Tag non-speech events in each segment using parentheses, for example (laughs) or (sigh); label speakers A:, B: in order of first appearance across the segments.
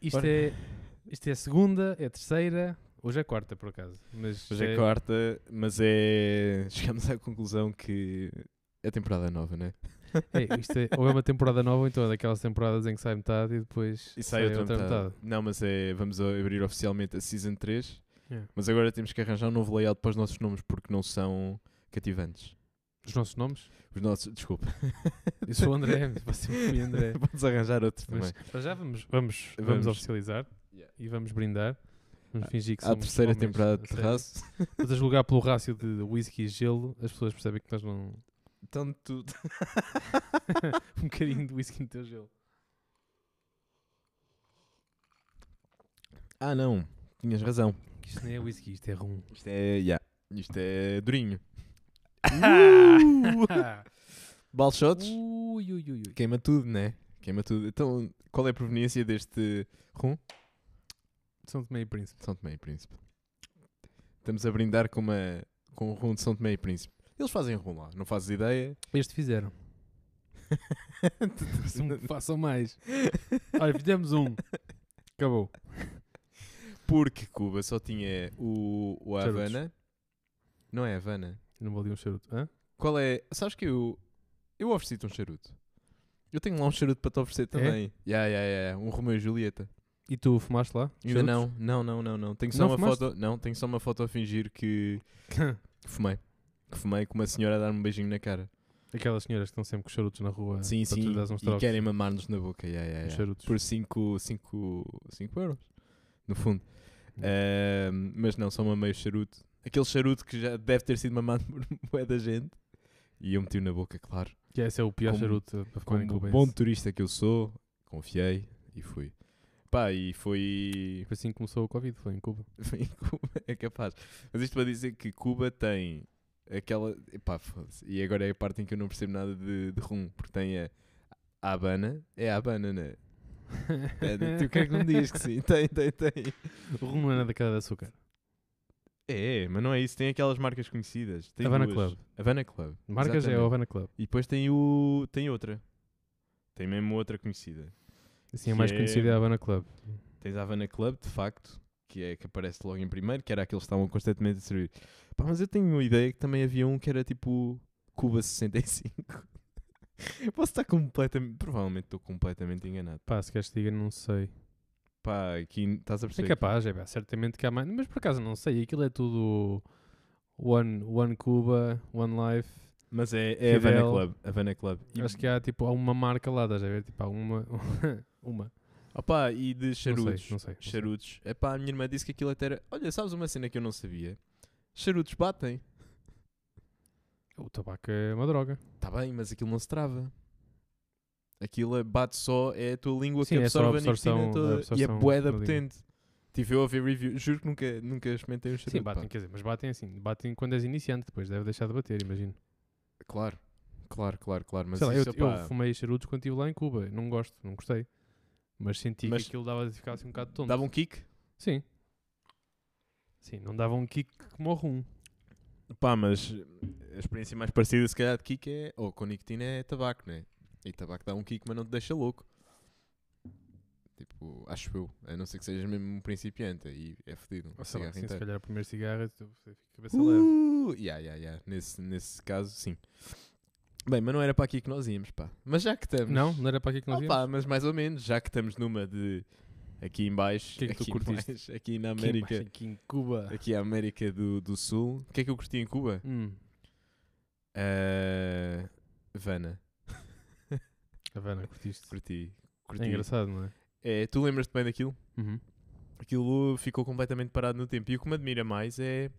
A: Isto é, isto é a segunda, é a terceira, hoje é a quarta por acaso. Mas
B: Hoje é quarta, mas é. (laughs) Chegamos à conclusão que é temporada nova, né?
A: (laughs) é, isto é- ou é uma temporada nova, ou então é daquelas temporadas em que sai metade e depois
B: (laughs) E sai outra, metade. Não, mas é. Vamos abrir oficialmente a Season 3.
A: Yeah.
B: Mas agora temos que arranjar um novo layout para os nossos nomes, porque não são cativantes.
A: Os nossos nomes?
B: Os nossos. Desculpa.
A: Eu sou o
B: (laughs)
A: André, você foi André.
B: Podes arranjar outro
A: Mas
B: também.
A: para já vamos, vamos, vamos,
B: Vamos.
A: oficializar
B: Yeah. Ah,
A: e vamos brindar. Vamos fingir que
B: À
A: somos
B: terceira
A: homens,
B: temporada de
A: a sério.
B: terraço.
A: Mas a julgar pelo rácio de whisky e gelo, as pessoas percebem que nós não. (laughs)
B: Tanto.
A: um bocadinho de whisky no teu gelo.
B: Ah, não. Tinhas razão.
A: Que Isto nem é whisky, isto é
B: (laughs)
A: rum.
B: Isto é. Yeah. Isto
A: (laughs)
B: é durinho. Ball shots?
A: ui, ui, ui, ui.
B: Queima tudo, né? Queima tudo. Então, qual é a proveniência deste rum?
A: São Tomé e Príncipe.
B: São Tomé e Príncipe. Estamos a brindar com, uma, com um rum de São Tomé e Príncipe. Eles fazem rum lá, não fazes ideia?
A: Este fizeram. (laughs)
B: (laughs)
A: Façam- Façam mais. um Olha, fizemos um. Acabou.
B: Porque Cuba só tinha o, o
A: Charutos.
B: Havana. Não é Havana?
A: Não valia um charuto. Hã?
B: Qual é? Sabes que eu, eu ofereci-te um charuto. Eu tenho lá um charuto para te
A: É?
B: oferecer também. Ya, ya, ya. Um Romeu e Julieta.
A: E tu fumaste lá?
B: Ainda
A: Charutos?
B: não, não, não, não, não. Tenho só
A: Não
B: uma
A: fumaste?
B: foto. Não, tenho só uma foto a fingir que, que fumei. Que fumei com uma senhora a dar-me um beijinho na cara.
A: (laughs) Aquelas senhoras que estão sempre com charutos na rua.
B: Sim,
A: Ah, para tu
B: sim.
A: lhe dares uns
B: E
A: trocos.
B: querem mamar-nos na boca. Yeah, yeah,
A: Uns
B: yeah.
A: charutos.
B: Por 5 cinco, cinco euros, no fundo.
A: Hum.
B: Ahm, mas não, só mamei o charuto. Aquele charuto que já deve ter sido mamado (laughs) por bué da gente. E eu meti-o na boca, claro.
A: Que esse é o pior
B: Como-
A: charuto para ficar em
B: Como
A: Cuba.
B: eh, bom
A: esse.
B: turista que eu sou, confiei e fui. Pá, e foi.
A: Foi assim que começou o Covid, foi em Cuba.
B: foi em Cuba, é capaz. Mas isto para dizer que Cuba tem aquela. Epá, foda-se. E agora é a parte em que eu não percebo nada de, de rum, porque tem a a Habana. É a Habana, né? (laughs) É,
A: (laughs)
B: tu quer que não me digas que sim? Tem, tem, tem.
A: O rum não é nada cara de açúcar.
B: É, é, mas não é isso. Tem aquelas marcas conhecidas. Tem
A: Havana
B: duas.
A: Club.
B: Havana Club.
A: Marcas é
B: exatamente.
A: o Havana Club.
B: E depois tem o. Tem outra. Tem mesmo outra conhecida.
A: Assim, a
B: Que
A: mais
B: é-
A: conhecida é a Havana Club.
B: Tens a Havana Club, de facto, que é que aparece logo em primeiro, que era aqueles que estavam constantemente a servir. Pá, mas eu tenho a ideia que também havia um que era tipo Cuba 65. Eu (laughs) Posso estar completamente. Provavelmente estou completamente enganado.
A: Pá, se queres que diga, não sei.
B: Pá, aqui estás a
A: É
B: perceber.
A: capaz, é pá, certamente que há mais. Mas por acaso não sei, aquilo é tudo one, one Cuba, One Life.
B: Mas é, é Havana
A: Fidel.
B: Club. Havana Club. E,
A: Acho que há tipo há uma marca lá, estás a ver? Tipo, há uma. (laughs) uma.
B: Opá, e de
A: Não
B: charutos.
A: sei, não sei. não sei.
B: Charutos. É pá, a minha irmã disse que aquilo até era. Olha, sabes uma cena que eu não sabia? Charutos batem.
A: O tabaco é uma droga.
B: Está Tá bem, mas aquilo não se trava. Aquilo é- bate só, é a tua língua
A: Sim,
B: que
A: é só a
B: absorve a,
A: absorção-
B: nicotina
A: a
B: toda. E é
A: absorção
B: boeda
A: da língua.
B: potente. Tive Tipo, eu a ver review. Juro que nunca, nunca experimentei um charuto.
A: Sim,
B: pá.
A: batem, quer dizer, mas batem assim. Batem quando és iniciante, depois deve deixar de bater, imagino.
B: Claro, claro, claro, claro. Mas
A: Sei lá, eu,
B: isso,
A: eu
B: opá,
A: fumei charutos quando estive lá em Cuba. Não gosto, não gostei. Mas senti
B: Mas
A: que aquilo dava de ficar assim um bocado tonto.
B: dava um kick?
A: Sim. Sim, não dava um kick como o rum.
B: Pá, mas a experiência mais parecida, se calhar, de kick é. Ou com nicotina é tabaco, né? E tabaco dá um kick, mas não te deixa louco. Tipo, acho eu. A não ser que sejas mesmo um principiante. Aí é fedido. Um
A: Ou sei lá,
B: cigarro
A: assim, se
B: inteiro.
A: calhar o primeiro cigarro, eu fico com a cabeça leve.
B: Uh, yeah, yeah, yeah. Nesse, nesse caso, sim. Bem, mas não era para aqui que nós íamos, pá. Mas já que estamos.
A: Não, não era para aqui que nós
B: Ah,
A: íamos.
B: pá, mas mais ou menos, já que estamos numa de aqui em baixo,
A: Que é que tu
B: aqui, em
A: curtiste?
B: baixo, (laughs) aqui na
A: Aqui
B: América,
A: embaixo, Aqui em Cuba.
B: aqui a América do, do Sul. O que é que eu curti em Cuba?
A: Hum,
B: Ah, Havana,
A: Havana, curtiste.
B: curti. curti.
A: É engraçado, não é?
B: É, tu lembras-te bem daquilo?
A: Uhum.
B: Aquilo ficou completamente parado no tempo. E o que me admira mais é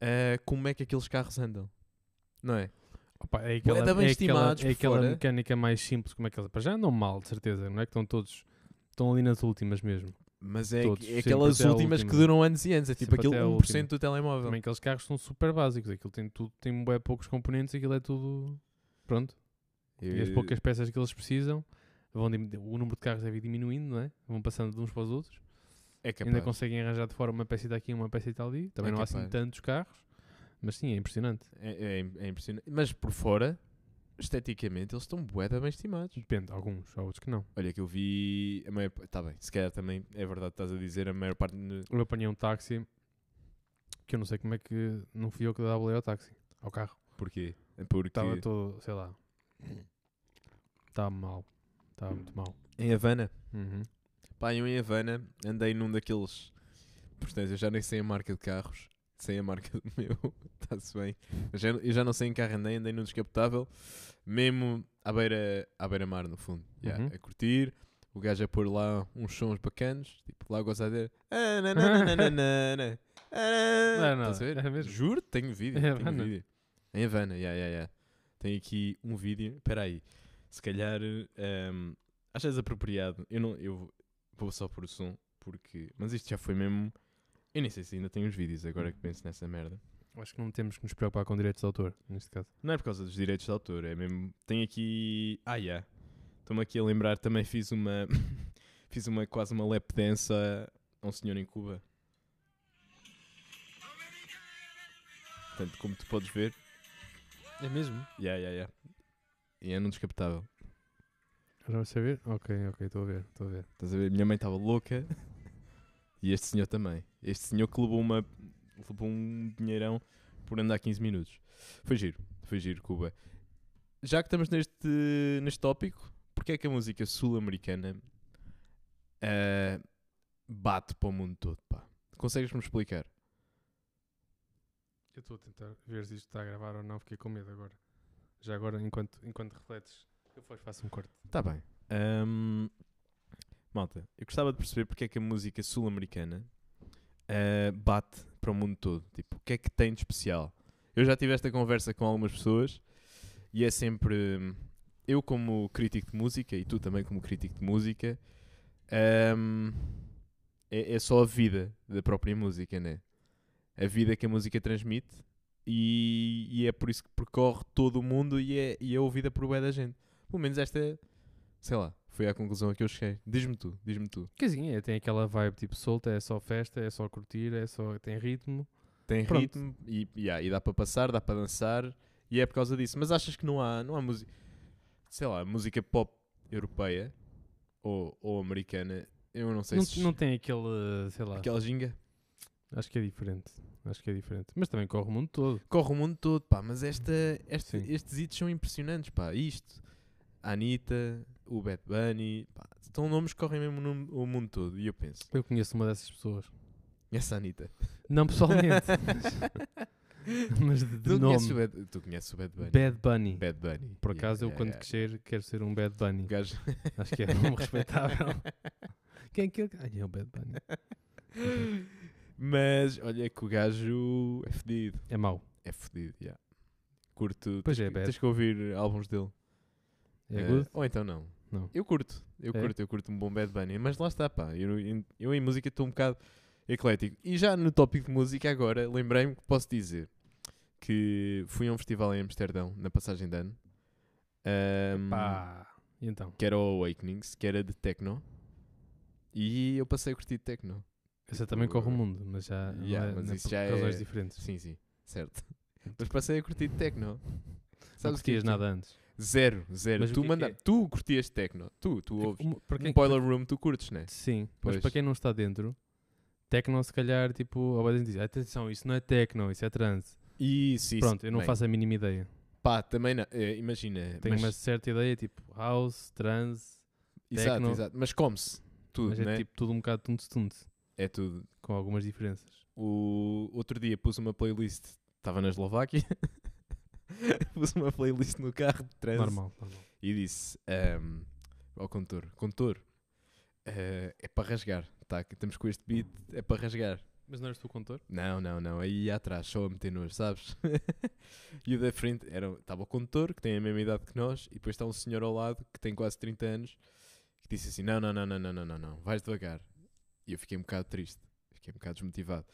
B: ah, como é que aqueles carros andam, não é?
A: Opa, é aquela,
B: Bué da bem
A: é aquela,
B: estimados
A: é
B: por
A: aquela
B: fora.
A: mecânica mais simples. Como é que eles. Para já andam mal, de certeza. Não é que estão todos. Estão ali nas últimas mesmo.
B: Mas é,
A: Todos,
B: é
A: sempre
B: aquelas
A: até a
B: últimas
A: última.
B: que duram anos e anos. É tipo
A: Sempre até
B: aquele
A: a
B: 1%
A: última.
B: do telemóvel.
A: Também aqueles carros são super básicos. Aquilo tem tudo, tem bem poucos componentes, aquilo é tudo. Pronto. E as
B: Eh,
A: poucas peças que eles precisam. Vão diminuindo- o número de carros deve ir diminuindo, não é? Vão passando de uns para os outros.
B: é capaz.
A: Ainda conseguem arranjar de fora uma peça daqui e uma peça dali. Também
B: É
A: não há assim
B: capaz.
A: tantos carros. Mas sim, é impressionante.
B: É, é- é impressionante. Mas por fora, esteticamente, eles estão bué da bem estimados.
A: Depende, alguns, há outros que não.
B: Olha, que eu vi. A maior, tá bem, se calhar também é verdade que estás a dizer, a maior parte. no-
A: Eu apanhei um táxi que eu não sei como é que não fui eu que dava boleia ao táxi, ao carro.
B: Porquê? Porque
A: Estava todo, sei lá. Estava mal. Estava muito mal.
B: em Havana.
A: Uhum.
B: Pá, eu em Havana andei num daqueles. Portanto, eu já nem sei a marca de carros. Sei a marca do meu. Está-se bem. Eu já, eu já não sei em que carro andei, andei num descapotável. Mesmo à beira, à beira mar, no fundo. Yeah,
A: Uhum.
B: A curtir. O gajo a pôr lá uns sons bacanos. Tipo, lá a gozadeira. Ah, na,
A: Não era nada,
B: Estás a ver?
A: era mesmo.
B: Juro, tenho vídeo.
A: Em
B: Tenho
A: Havana.
B: vídeo. Em Havana, yeah, yeah, yeah. Tenho aqui um vídeo. Espera aí. Se calhar ehm, achas apropriado. Eu não eu vou só por o som, porque. Mas isto já foi mesmo. Eu nem sei se ainda tenho os vídeos agora que penso nessa merda.
A: Acho que não temos que nos preocupar com direitos de autor, neste caso.
B: Não é por causa dos direitos de autor, é mesmo. Tenho aqui. Ah, yeah. Estou-me aqui a lembrar, também fiz uma. (laughs) fiz uma quase uma lap dance a a um senhor em Cuba. Portanto, como tu podes ver,
A: É mesmo?
B: Yeah, yeah, yeah. E é num descapotável.
A: Já vais saber? Ok, ok, estou a ver, estou a ver.
B: Estás a ver? Minha mãe estava louca. E este senhor também. Este senhor que levou, uma, levou um dinheirão por andar 15 minutos. Foi giro. Foi giro, Cuba. Já que estamos neste, neste tópico, porque é que a música sul-americana ah, bate para o mundo todo, pá? Consegues-me explicar?
A: Eu estou a tentar ver se isto está a gravar ou não, fiquei com medo agora. Já agora, enquanto, enquanto refletes, eu depois faço um corte.
B: Tá bem. Ahm, malta, eu gostava de perceber porque é que a música sul-americana ah, bate para o mundo todo. Tipo, o que é que tem de especial? Eu já tive esta conversa com algumas pessoas e é sempre. hum, Eu, como crítico de música, e tu também, como crítico de música, ahm, é, é só a vida da própria música, né? A vida que a música transmite e, e é por isso que percorre todo o mundo e é, e é ouvida por bué da gente. Pelo menos esta é, sei lá, foi à conclusão a que eu cheguei. Diz-me tu, diz-me tu.
A: Que assim, é, tem aquela vibe tipo solta, é só festa, é só curtir, é só. tem ritmo.
B: Tem
A: Pronto.
B: ritmo e, e há- e dá para passar, dá para dançar e é por causa disso. Mas achas que não há, não há música, sei lá, música pop europeia ou, ou americana? Eu não sei
A: Não,
B: se.
A: não tem aquele, sei lá.
B: Aquela ginga
A: Acho que é diferente. Acho que é diferente. Mas também corre o mundo todo.
B: corre o mundo todo, pá. Mas esta, esta-
A: Sim.
B: estes hits são impressionantes, pá. Isto, a Anitta, o Bad Bunny, pá. São nomes que correm mesmo no- o mundo todo. E eu penso,
A: Eu conheço uma dessas pessoas.
B: essa Anitta.
A: Não
B: (laughs)
A: pessoalmente, mas de, de
B: Tu conheces, o
A: nome.
B: Bad, tu conheces o Bad Bunny?
A: Bad Bunny.
B: Bad Bunny.
A: Por acaso,
B: Yeah,
A: eu
B: yeah,
A: quando
B: yeah.
A: crescer quero ser um Bad Bunny.
B: O gajo.
A: Acho que é (laughs) um respeitável. Quem é que ele. Ai, é o Bad Bunny.
B: (laughs) Mas olha que o gajo é fedido.
A: É mau.
B: É fedido, yeah. Curto.
A: Pois
B: tens
A: é,
B: que-
A: bad.
B: Tens que ouvir álbuns dele.
A: É
B: Eh,
A: good?
B: Ou então não.
A: Não.
B: Eu curto. Eu
A: É?
B: curto, eu curto um bom Bad Bunny. Mas lá está, pá. Eu, eu, eu em música estou um bocado eclético. E já no tópico de música agora, lembrei-me que posso dizer que fui a um festival em Amsterdão, na passagem de ano. Ahm,
A: Pá. E então?
B: que era o Awakenings, que era de techno. E eu passei a curtir techno.
A: Essa também
B: Tipo,
A: corre o mundo, mas já. não
B: yeah,
A: é-
B: mas
A: não é
B: isso
A: por
B: já
A: razões
B: é-
A: diferentes.
B: Sim, sim, certo. Mas passei a curtir techno.
A: Não
B: Sabes o que é
A: curtias
B: que é?
A: nada antes.
B: Zero, zero.
A: Mas o que
B: tu,
A: é que
B: manda...
A: é? Tipo,
B: tu curtias techno. Tu, tu ouves.
A: Uma- é para
B: Um
A: quem-
B: boiler room tu curtes, né?
A: Sim,
B: Pois.
A: mas para quem não está dentro, tecno se calhar, tipo, a diz, atenção, isso não é tecno, isso é trance.
B: Isso, isso.
A: Pronto, eu não
B: Man,
A: faço a mínima ideia.
B: Pá, também não. eh, imagina.
A: Tenho uma
B: mas...
A: certa ideia, tipo, house, trance,
B: Exato,
A: techno.
B: exato. Mas come-se. Tudo,
A: mas
B: né?
A: é tipo tudo um bocado tunte-tunte,
B: É tudo.
A: com algumas diferenças.
B: O... Outro dia pus uma playlist. Estava na Eslováquia. (laughs) pus uma playlist no carro de trânsito.
A: Normal, normal.
B: e disse ehm, ao condutor: Condutor, eh, é para rasgar, tá? Que estamos com este beat, é para rasgar.
A: Mas não eras tu o contor?
B: Não, não, não, aí ia atrás, só a meter nos, sabes? (laughs) e o da frente era- estava o condutor, que tem a mesma idade que nós, e depois está um senhor ao lado, que tem quase 30 anos, que disse assim: Não, não, não, não, não, não, não, não, vais devagar. E eu fiquei um bocado triste, fiquei um bocado desmotivado.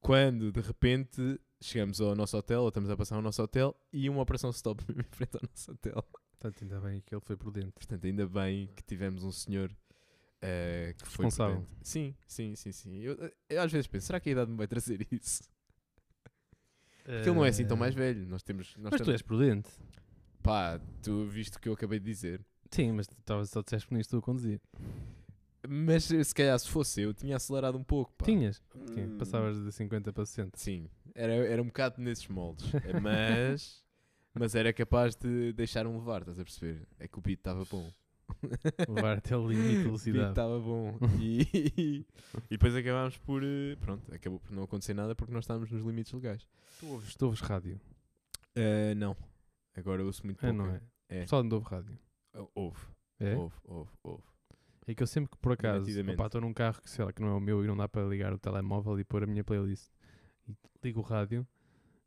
B: Quando de repente chegamos ao nosso hotel, ou estamos a passar ao nosso hotel, e uma operação stop (laughs) mesmo em frente ao nosso hotel.
A: Portanto, ainda bem que ele foi prudente.
B: Portanto, ainda bem que tivemos um senhor eh, que foi
A: Responsável.
B: prudente. Sim, sim, sim, sim. Eu, eh, eu às vezes penso, será que a idade me vai trazer (laughs) isso? Porque ele não é assim tão é assim mais velho. Nós temos. Nós
A: Eh, Mas tu
B: temos-
A: és prudente.
B: Pá, tu viste o que eu acabei de dizer.
A: Sim, mas talvez só disseste que não estou a conduzir.
B: Mas eh, se calhar se fosse eu, tinha acelerado um pouco. Pá.
A: Tinhas? Tinha.
B: Hum.
A: Passavas de 50 para 60.
B: Sim, era, era um bocado nesses moldes. Eh,
A: (laughs)
B: Mas, mas era capaz de deixar-me levar, estás a perceber? É que o beat estava bom.
A: Levar até o
B: (laughs)
A: limite de velocidade.
B: estava bom.
A: (laughs)
B: E, e depois acabámos por. eh, Pronto, acabou por não acontecer nada porque nós estávamos nos limites legais.
A: Tu ouves, tu ouves rádio?
B: Eh, não. Agora eu ouço muito
A: É,
B: pouco.
A: não é?
B: É.
A: O pessoal não ouve rádio.
B: Oh, Ouve,
A: É?
B: ouve, ouve, ouve.
A: É que eu sempre que por acaso
B: Garantidamente.
A: opá, estou num carro que sei lá que não é o meu e não dá para ligar o telemóvel e pôr a minha playlist e ligo o rádio,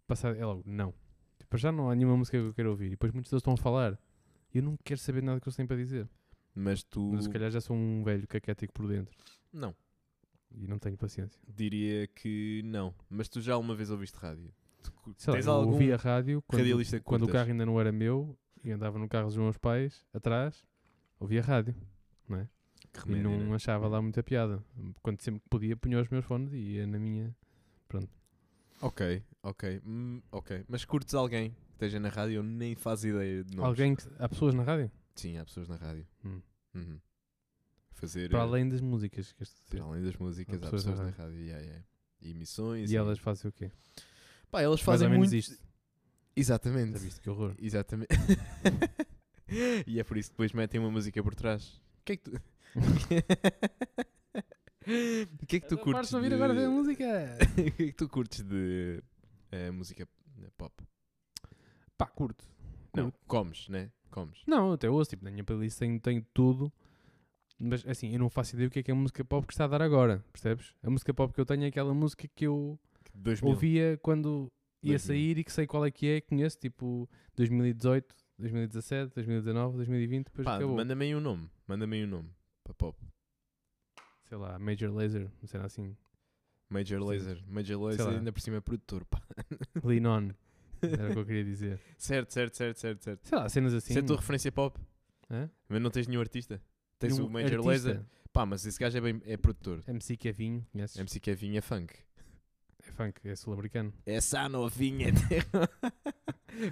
A: passar é logo, não. Tipo, já não há nenhuma música que eu quero ouvir. E depois muitos deles estão a falar. E eu não quero saber nada que eles têm para dizer.
B: Mas tu.
A: Mas se calhar já sou um velho caquético por dentro
B: Não,
A: e não tenho paciência.
B: diria que não. Mas tu já uma vez ouviste rádio? Tu cu-
A: Sei lá,
B: tens
A: eu
B: algum
A: ouvia rádio quando,
B: radialista que
A: quando o
B: curtas?
A: carro ainda não era meu e andava no carro dos meus pais, atrás, ouvia rádio. é?
B: Que
A: E
B: remédio,
A: não
B: né?
A: achava lá muita piada. Quando sempre que podia, punha os meus fones e ia na minha.
B: Ok, ok, hum, ok. Mas curtes alguém que esteja na rádio? Eu nem faz ideia de nomes.
A: Alguém que. Há pessoas na rádio?
B: Sim, há pessoas na rádio.
A: Hum.
B: Uhum. Fazer.
A: Para
B: eh,
A: além das músicas, queres
B: para
A: dizer.
B: além das músicas,
A: Há
B: há
A: pessoas na
B: pessoas na rádio. yeah, yeah. E emissões.
A: E elas fazem o quê?
B: Pá, elas
A: Mais
B: fazem
A: ou menos
B: muito.
A: isto. Já
B: Exatamente.
A: viste que horror.
B: Exatamente. (laughs) e é por isso que depois metem uma música por trás. O que é que tu. (laughs) O que é que tu curtes?
A: ouvir agora um.
B: de-
A: da música.
B: (laughs) O que é que tu curtes de eh, música pop?
A: Pá, curto.
B: Não, comes, né? Comes.
A: Não, eu até ouço, tipo, na minha playlist tenho, tenho tudo. Mas assim, eu não faço ideia o que é que é a música pop que está a dar agora, percebes? A música pop que eu tenho é aquela música que eu
B: 2000.
A: ouvia quando ia
B: 2000.
A: sair e que sei qual é que é, que conheço, tipo 2018, 2017, 2019, 2020, depois
B: Pá,
A: acabou.
B: manda-me aí um nome. Manda-me aí um nome. Para pop.
A: Sei lá, Major Laser, não sei lá assim,
B: Major
A: Sim.
B: Laser. Major Laser
A: lá.
B: ainda por cima é produtor, pá.
A: Lean On,
B: (laughs)
A: era o que eu queria dizer.
B: Certo, certo, certo, certo, certo.
A: Sei lá, cenas assim.
B: Isso é a tua referência pop.
A: Hã?
B: Mas não tens nenhum artista. Tens
A: Nenhum
B: o Major
A: artista.
B: Laser. Pá, mas esse gajo é, bem, é produtor.
A: MC Kevinho, conheces?
B: MC Kevin é funk.
A: É funk, é sul-americano.
B: Essa novinha. (laughs) de-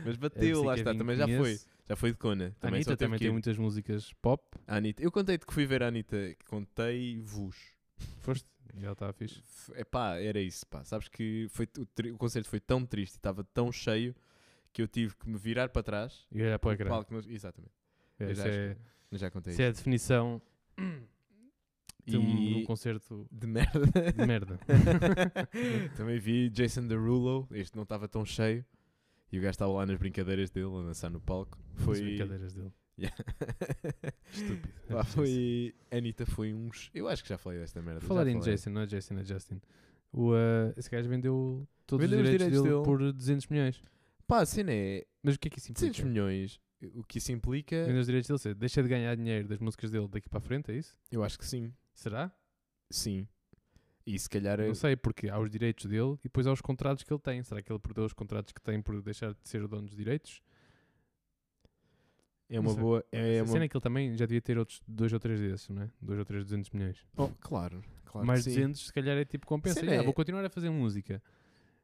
B: mas bateu,
A: MC
B: lá está.
A: Kevinho,
B: Também já foi.
A: conheço.
B: Já foi de cona.
A: A
B: Também só
A: Anitta
B: teve
A: também
B: que
A: tem
B: ir.
A: muitas músicas pop.
B: A Anitta. Eu contei-te que fui ver a Anitta. Contei-vos.
A: Foste? E ela estava fixe.
B: É pá, era isso, pá. Sabes que foi, o, tri- o concerto foi tão triste e estava tão cheio que eu tive que me virar para trás.
A: E olhar para o
B: O
A: ecrã.
B: palco não- Exatamente.
A: É,
B: Eu
A: Isso
B: já acho
A: é,
B: que- eu já contei
A: isso é a definição de um, um
B: E-
A: concerto
B: De merda.
A: de merda.
B: (laughs)
A: (laughs)
B: Também vi Jason Derulo. Este não estava tão cheio. E o gajo estava lá nas brincadeiras dele, a dançar no palco.
A: As
B: Foi.
A: brincadeiras dele.
B: (laughs)
A: (laughs)
B: Yeah.
A: Estúpido. (laughs)
B: Pá, foi. Anitta foi uns. Eu acho que já falei desta merda. já
A: Falar em
B: falei.
A: Jason, não é Jason, é Justin. O, ah, esse gajo vendeu todos
B: Vendeu
A: os
B: os
A: direitos,
B: direitos
A: dele,
B: dele.
A: por 200 milhões.
B: Pá, a cena é.
A: Mas o que é que isso
B: 200
A: implica?
B: milhões. O que isso implica.
A: Vendeu os direitos dele, ou seja, deixa de ganhar dinheiro das músicas dele daqui para a frente, é isso?
B: Eu acho que sim.
A: Será?
B: Sim. E se calhar.
A: Não sei, porque há os direitos dele e depois há os contratos que ele tem. Será que ele perdeu os contratos que tem por deixar de ser o dono dos direitos?
B: É
A: Não
B: uma
A: sei.
B: boa. É
A: a
B: uma...
A: cena é que ele também já devia ter outros dois ou três desses, não é? Dois ou três 200 milhões.
B: Oh, claro, claro.
A: Mais
B: que sim.
A: 200, se calhar é tipo compensa.
B: Cena
A: "Ah,
B: é-
A: Vou continuar a fazer música.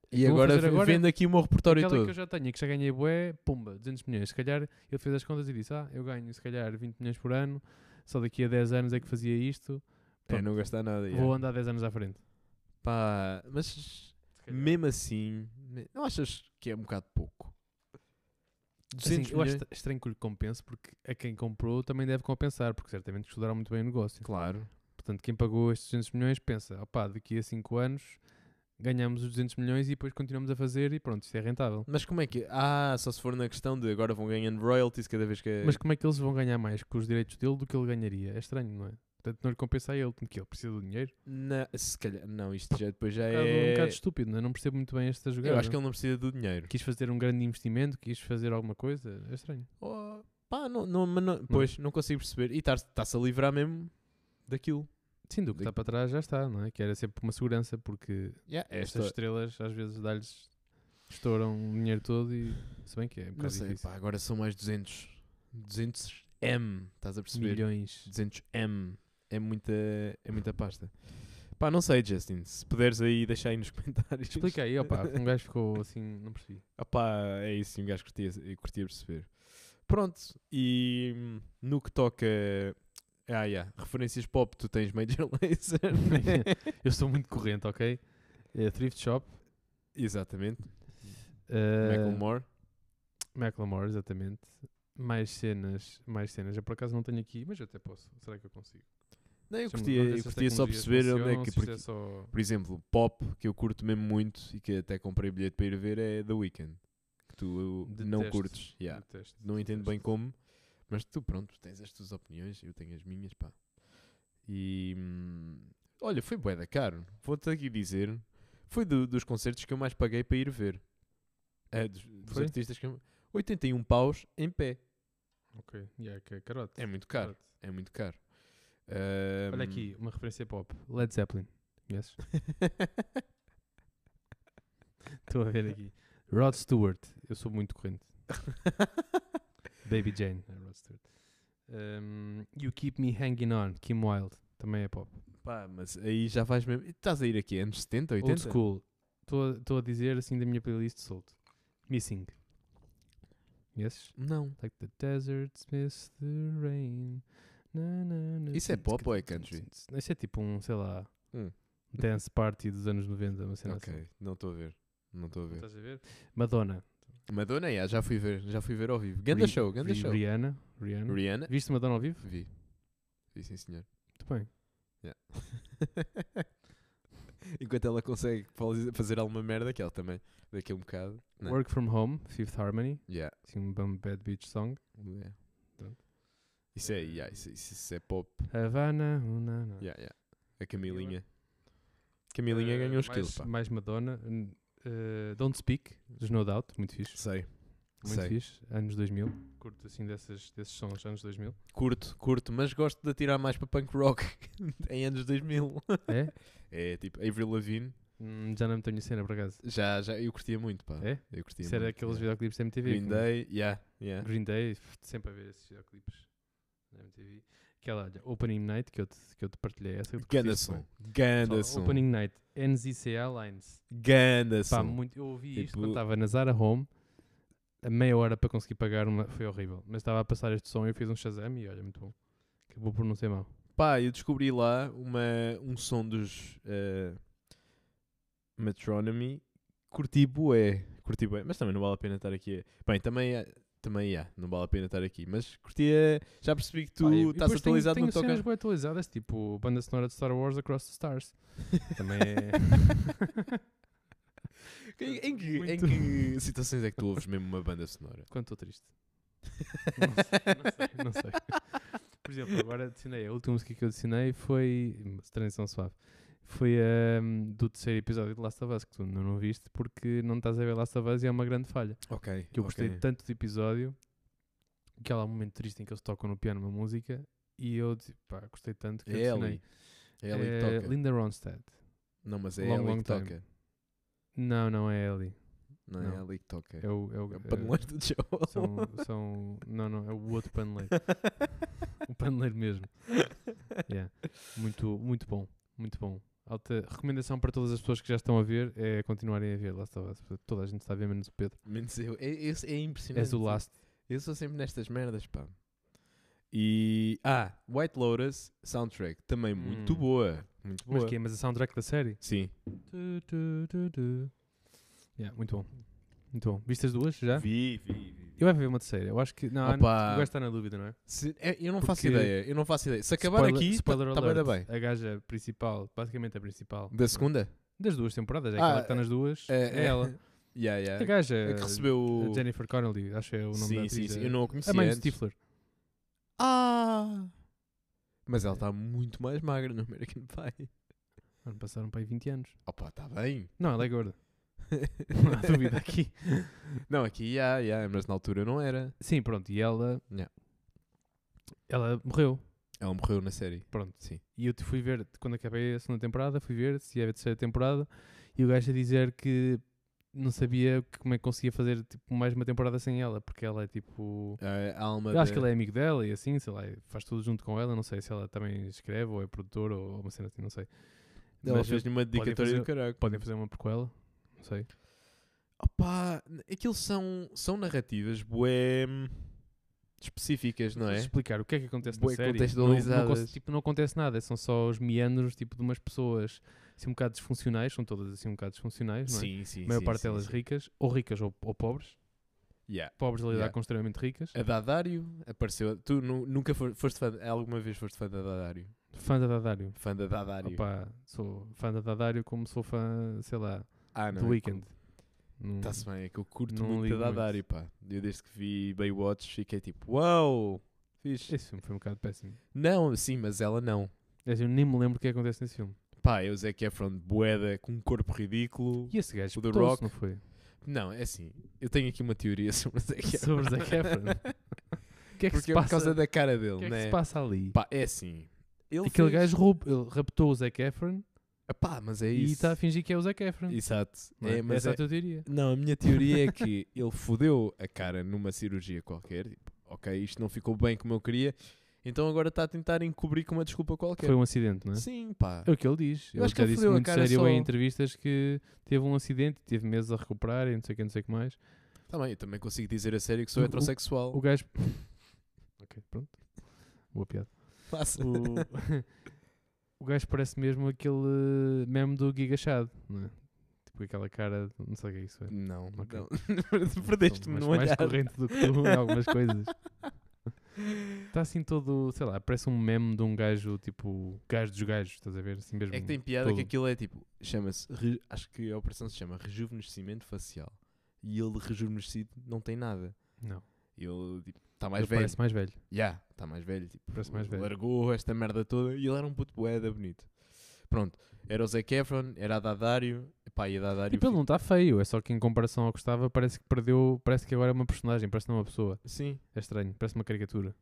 B: E
A: Vou
B: agora,
A: fazer agora
B: vendo aqui o meu repertório
A: Aquela
B: todo.
A: que eu já tenho, que já ganhei bué, pumba, 200 milhões. Se calhar ele fez as contas e disse, ah, eu ganho se calhar 20 milhões por ano, só daqui a 10 anos é que fazia isto,
B: É, não gastar nada. yeah.
A: vou andar 10 anos à frente.
B: Pá, mas
A: Se calhar.
B: mesmo assim, me- não achas que é um bocado pouco?
A: Assim,
B: 200
A: eu acho
B: milhões?
A: estra- estranho que lhe compense, porque a quem comprou também deve compensar, porque certamente estudaram muito bem o negócio.
B: Claro.
A: Portanto, quem pagou estes 200 milhões pensa, opá, daqui a 5 anos ganhamos os 200 milhões e depois continuamos a fazer e pronto, isto é rentável.
B: Mas como é que. Ah, só se for na questão de agora vão ganhando royalties cada vez que.
A: Mas como é que eles vão ganhar mais com os direitos dele do que ele ganharia? É estranho, não é? Portanto, não lhe compensa a ele, tanto que ele precisa do dinheiro.
B: Na- se calhar. Não, isto já depois já
A: É um bocado- um
B: é.
A: bocado estúpido, não é? Não percebo muito bem esta jogada.
B: eu acho que ele não precisa do dinheiro.
A: Quis fazer um grande investimento, quis fazer alguma coisa, é estranho.
B: Oh, pá, não, não, mas não- Pois, não consigo perceber. E estar- está-se a livrar mesmo daquilo.
A: Sim, do que
B: Da-
A: está para trás já está, não é? Que era sempre uma segurança, porque
B: Yeah,
A: estas
B: esta,
A: estrelas às vezes dá-lhes, estouram o dinheiro todo e se bem que é um
B: Não
A: bocado
B: sei,
A: difícil.
B: pá, agora são mais 200. 200 M, estás a perceber?
A: Milhões.
B: 200 M é muita, é muita pasta. Pá, não sei, Justin, se puderes aí deixar aí nos (laughs) comentários.
A: Explica
B: (laughs)
A: aí, opá, um gajo ficou assim, não percebi.
B: Ah pá, é isso, um gajo curtia, eu curtia perceber. Pronto, e hum, no que toca. Ah, yeah, referências pop, tu tens Major (laughs) Lazer. né?
A: (laughs) Eu sou muito corrente, ok? É, thrift Shop.
B: Exatamente.
A: Uh,
B: Macklemore.
A: Macklemore, exatamente. Mais cenas, mais cenas. Eu por acaso não tenho aqui, mas eu até posso. Será que eu consigo?
B: Não, eu
A: Deixa-me- vamos
B: curtia,
A: ver
B: eu
A: se as
B: curtia só
A: tecnologias
B: perceber onde é
A: funcionam, se
B: que.
A: isto
B: Porque,
A: só-
B: por exemplo, pop, que eu curto mesmo muito e que até comprei bilhete para ir ver, é The Weeknd. Que tu não
A: Detesto.
B: curtes. Yeah.
A: Detesto,
B: não entendo
A: detesto.
B: bem como, mas tu, pronto, tens as tuas opiniões, eu tenho as minhas, pá. E hum, olha, foi bué da caro. Vou-te aqui dizer, foi do- dos concertos que eu mais paguei para ir ver. É, dos, dos
A: Foi?
B: artistas que eu, 81 paus em pé.
A: Ok, yeah, que é carote.
B: É muito caro,
A: carote.
B: é muito caro.
A: Olha
B: Hum,
A: aqui, uma referência pop. Led Zeppelin. Conheces? Estou a ver aqui. Rod Stewart. Eu sou muito
B: (laughs)
A: corrente. Baby Jane. é Rod Stewart. Um, you Keep Me Hanging On. Kim Wilde. Também é pop.
B: (laughs) Pá, mas aí já vais mesmo. Estás a ir aqui anos 70, 80?
A: Old School. Estou a dizer assim da minha playlist solto. Missing. Yes?
B: Não.
A: Like the desert miss the rain. Na, na, na.
B: Isso é pop ou é country?
A: Isso é tipo um, sei lá,
B: Hum.
A: dance party dos anos 90, uma cena assim.
B: Ok, não estou a ver. Não estou a ver.
A: Estás a ver? Madonna.
B: Madonna, yeah, já fui ver, já fui ver ao vivo. Ganda
A: Ri-
B: show, ganda
A: Ri-
B: show.
A: Rihanna. Rihanna.
B: Rihanna?
A: Viste Madonna ao vivo?
B: Vi. Vi, sim, senhor.
A: Muito bem.
B: (laughs) Enquanto ela consegue faz- fazer alguma merda, que ela também, daqui a um bocado. Não.
A: Work From Home, Fifth Harmony.
B: Yeah.
A: Assim, um bom bad bitch song.
B: Yeah.
A: Pronto.
B: Isso é, yeah, isso, isso- isso é pop.
A: Havana. uh, na, na.
B: Yeah, yeah. A Camilinha. Camilinha
A: Eh,
B: ganhou os
A: mais,
B: quilos, pá.
A: Mais Madonna. n- eh, Don't Speak, dos No Doubt. Muito fixe.
B: Sei.
A: Muito
B: Sei.
A: fixe. Anos 2000. Curto assim dessas, desses sons, anos 2000.
B: Curto, curto, mas gosto de atirar mais para punk rock (laughs) em
A: (laughs)
B: anos 2000.
A: (laughs) É?
B: É tipo Avril Lavigne,
A: Hum, já não me tenho a cena, por acaso.
B: já, já, eu curtia muito, pá.
A: É?
B: Eu curtia
A: Isso era
B: Ah, muito,
A: aqueles
B: yeah.
A: videoclipes da MTV.
B: Green
A: como- é?
B: Day, yeah, yeah.
A: Green Day, f- sempre a ver esses videoclipes na MTV. Aquela olha, Opening Night que eu te, que eu te partilhei. Essa eu te
B: Ganda
A: curtiste,
B: som,
A: pá.
B: ganda
A: Pessoal,
B: som,
A: Opening Night, NZCA Lines.
B: ganda
A: Pá,
B: som.
A: muito, eu ouvi isto
B: Tipo-
A: quando estava na Zara Home. A meia hora para conseguir pagar uma foi horrível. Mas estava a passar este som e eu fiz um Shazam e olha, muito bom. Acabou por não ser mau.
B: Pá, eu descobri lá uma, um som dos eh, Metronomy. Curti bué, curti bué, mas também não vale a pena estar aqui. a- Bem, também há, também há, não vale a pena estar aqui, mas curtia, já percebi que tu
A: Pá, e- e
B: estás
A: depois
B: atualizado
A: tenho,
B: no
A: tenho cenas
B: toca.
A: bem atualizadas, tipo banda sonora de Star Wars Across the Stars.
B: (laughs)
A: Também é.
B: Em, em (laughs) que, em
A: Muito.
B: que situações é que tu ouves mesmo uma banda sonora?
A: Quando estou triste. Não sei, não sei, não sei. Por exemplo, agora adicionei, a última música que eu adicionei foi. uma Transição suave. Foi a do terceiro episódio de Last of Us, que tu não, não viste, porque não estás a ver Last of Us e é uma grande falha.
B: Ok.
A: Que eu gostei tanto do episódio, que há lá um momento triste em que eles tocam no piano uma música, e eu di- pá, gostei tanto que
B: É
A: adicionei.
B: Ellie. É Ellie
A: Eh,
B: que toca.
A: Linda Ronstadt.
B: Não, mas é
A: Long,
B: Ellie
A: long
B: que
A: time.
B: toca.
A: Não, não é Ellie.
B: Não, é
A: Não.
B: Ellie que toca.
A: É o. É o
B: É o
A: eh,
B: paneleiro do Joel.
A: são, são. Não, não, é o outro paneleiro. o paneleiro mesmo. Yeah. Muito, muito bom, muito bom. Alta recomendação para todas as pessoas que já estão a ver é continuarem a ver Last of Us. porque Toda a gente está a ver, menos o Pedro.
B: (laughs) Menos eu. É, esse- é impressionante.
A: És o last.
B: Eu sou sempre nestas merdas, pá. E. Ah, White Lotus soundtrack. Também muito
A: Hum.
B: boa. Muito boa.
A: Mas que é? Mas a soundtrack da série?
B: Sim.
A: Tu, tu, tu, tu. Yeah, muito bom. Muito bom. Viste as duas já?
B: Vi, vi, vi.
A: Eu vai haver uma terceira. Eu acho que. Não, há-
B: Opa.
A: o gajo está na dúvida, não é?
B: Se- é, eu não
A: Porque-
B: faço ideia. Eu não faço ideia. Se acabar
A: Spoiler-
B: aqui,
A: spoiler
B: tá, tá bué da
A: alert,
B: bem.
A: A gaja principal, basicamente a principal.
B: Da segunda?
A: Das duas temporadas, é
B: Ah,
A: aquela que está nas duas.
B: É,
A: É, ela. Então,
B: Yeah,
A: A
B: yeah.
A: gaja.
B: A É que recebeu o.
A: Ah, a Jennifer Connelly, acho que é o nome
B: sim,
A: da
B: sim,
A: atriz.
B: sim.
A: é-
B: Eu não a conhecia.
A: A mãe do
B: antes.
A: Stifler.
B: Ah! Mas
A: tá
B: ela está muito mais magra no American Pie.
A: Mano, passaram para aí 20 anos.
B: Opa, está bem.
A: Não, ela é gorda. (laughs) Não há dúvida aqui.
B: Não, aqui já, já, mas na altura não era.
A: Sim, pronto. E ela.
B: Yeah.
A: Ela morreu.
B: Ela morreu na série.
A: Pronto.
B: Sim.
A: E eu te fui ver, quando acabei a segunda temporada, fui ver se ia haver terceira temporada. E o gajo a dizer que não sabia que- como é que conseguia fazer tipo, mais uma temporada sem ela, porque ela é tipo.
B: A alma
A: Eu acho
B: da-
A: que ele é amigo dela e assim, sei lá, e faz tudo junto com ela. Não sei se ela também escreve ou é produtora ou uma cena assim, não sei.
B: Ela
A: Mas
B: fez-lhe uma dedicatória
A: fazer-
B: do caralho.
A: Podem fazer uma prequela, não sei.
B: Opa, aquilo são, são narrativas bué... hum, específicas, não é?
A: explicar o que é que acontece
B: Bué
A: na série.
B: contextualizadas.
A: Não, não, aconte- tipo, não acontece nada, são só os meandros tipo, de umas pessoas assim um bocado disfuncionais, são todas assim um bocado disfuncionais, não é?
B: Sim, sim.
A: a maior
B: sim,
A: parte
B: sim,
A: delas
B: sim.
A: ricas, ou ricas ou, ou pobres,
B: Yeah.
A: pobres a lidar
B: Yeah. É.
A: com extremamente ricas.
B: A Dadário apareceu. Tu nu- nunca fo- foste fã. Alguma vez foste fã da Dadário?
A: Fã da Dadário.
B: Fã da Dadário?
A: Opa, sou fã da Dadário como sou fã, sei lá,
B: ah,
A: do Weekend. Não-
B: Está-se bem, é que eu curto
A: Não
B: muito
A: ligo
B: da
A: muito.
B: Dadário, pá. Eu desde que vi Baywatch fiquei tipo, uau! Fixe.
A: Esse filme foi um bocado péssimo.
B: Não, sim, mas ela não.
A: Aliás, Eu nem me lembro o que é que acontece nesse filme.
B: Pá, é o Zac Efron boeda com um corpo ridículo.
A: E esse gajo,
B: O The
A: petou-se,
B: Rock.
A: não (laughs) foi?
B: Não, é assim, eu tenho aqui uma teoria (laughs) sobre o Zac Efron.
A: Sobre Zac
B: (laughs)
A: Efron. O que é que
B: Porque
A: se
B: é por
A: passa?
B: causa da cara
A: O
B: dele,
A: que é que
B: né?
A: se passa ali?
B: Pá, é assim. Ele
A: Aquele
B: fez-
A: gajo roub- ele raptou o Zac Efron
B: Pá, mas é
A: e
B: isso.
A: está a fingir que é o Zac Efron.
B: Exato.
A: não é?
B: É, mas
A: Essa é
B: é-
A: a tua teoria.
B: Não, a minha teoria é que ele fodeu a cara numa cirurgia qualquer. Tipo, ok, isto não ficou bem como eu queria. Então agora está a tentar encobrir com uma desculpa qualquer.
A: Foi um acidente, não é?
B: Sim, pá.
A: É o que ele diz.
B: Eu
A: ele
B: acho que
A: já
B: ele
A: disse
B: fodeu a
A: muito
B: cara
A: sério em
B: só.
A: entrevistas que teve um acidente, teve meses a recuperar e não sei o que, não sei o que mais.
B: Tá bem, eu também consigo dizer a sério que sou
A: O- o-
B: heterossexual.
A: O gajo. (laughs) ok, pronto. Boa piada.
B: Faça.
A: O, (laughs) o gajo parece mesmo aquele meme do Giga Chad, não é? Tipo aquela cara, de- não sei o que é isso. É.
B: Não,
A: Ok.
B: não. (laughs) Perdeste-me
A: mais,
B: no olhar.
A: mais corrente do que tu em algumas
B: (laughs)
A: coisas. Está assim todo, sei lá, parece um meme de um gajo, tipo, gajo dos gajos, estás a ver? Assim mesmo.
B: É que tem piada que
A: todo.
B: aquilo é tipo, chama-se, re- acho que a operação se chama rejuvenescimento facial. E ele de rejuvenescido não tem nada.
A: Não,
B: Ele tipo, está
A: ele
B: mais velho.
A: parece mais velho.
B: Já, está mais velho. Tipo,
A: Parece mais velho.
B: Largou esta merda toda e ele era um puto boeda bonito. Pronto, era o Zac Efron, era a Dadário. Epá, e a Dadário.
A: Tipo, ele não
B: fica-
A: está feio, é só que em comparação ao que estava, parece que perdeu, parece que agora é uma personagem, parece não uma pessoa.
B: Sim.
A: É estranho, parece uma caricatura.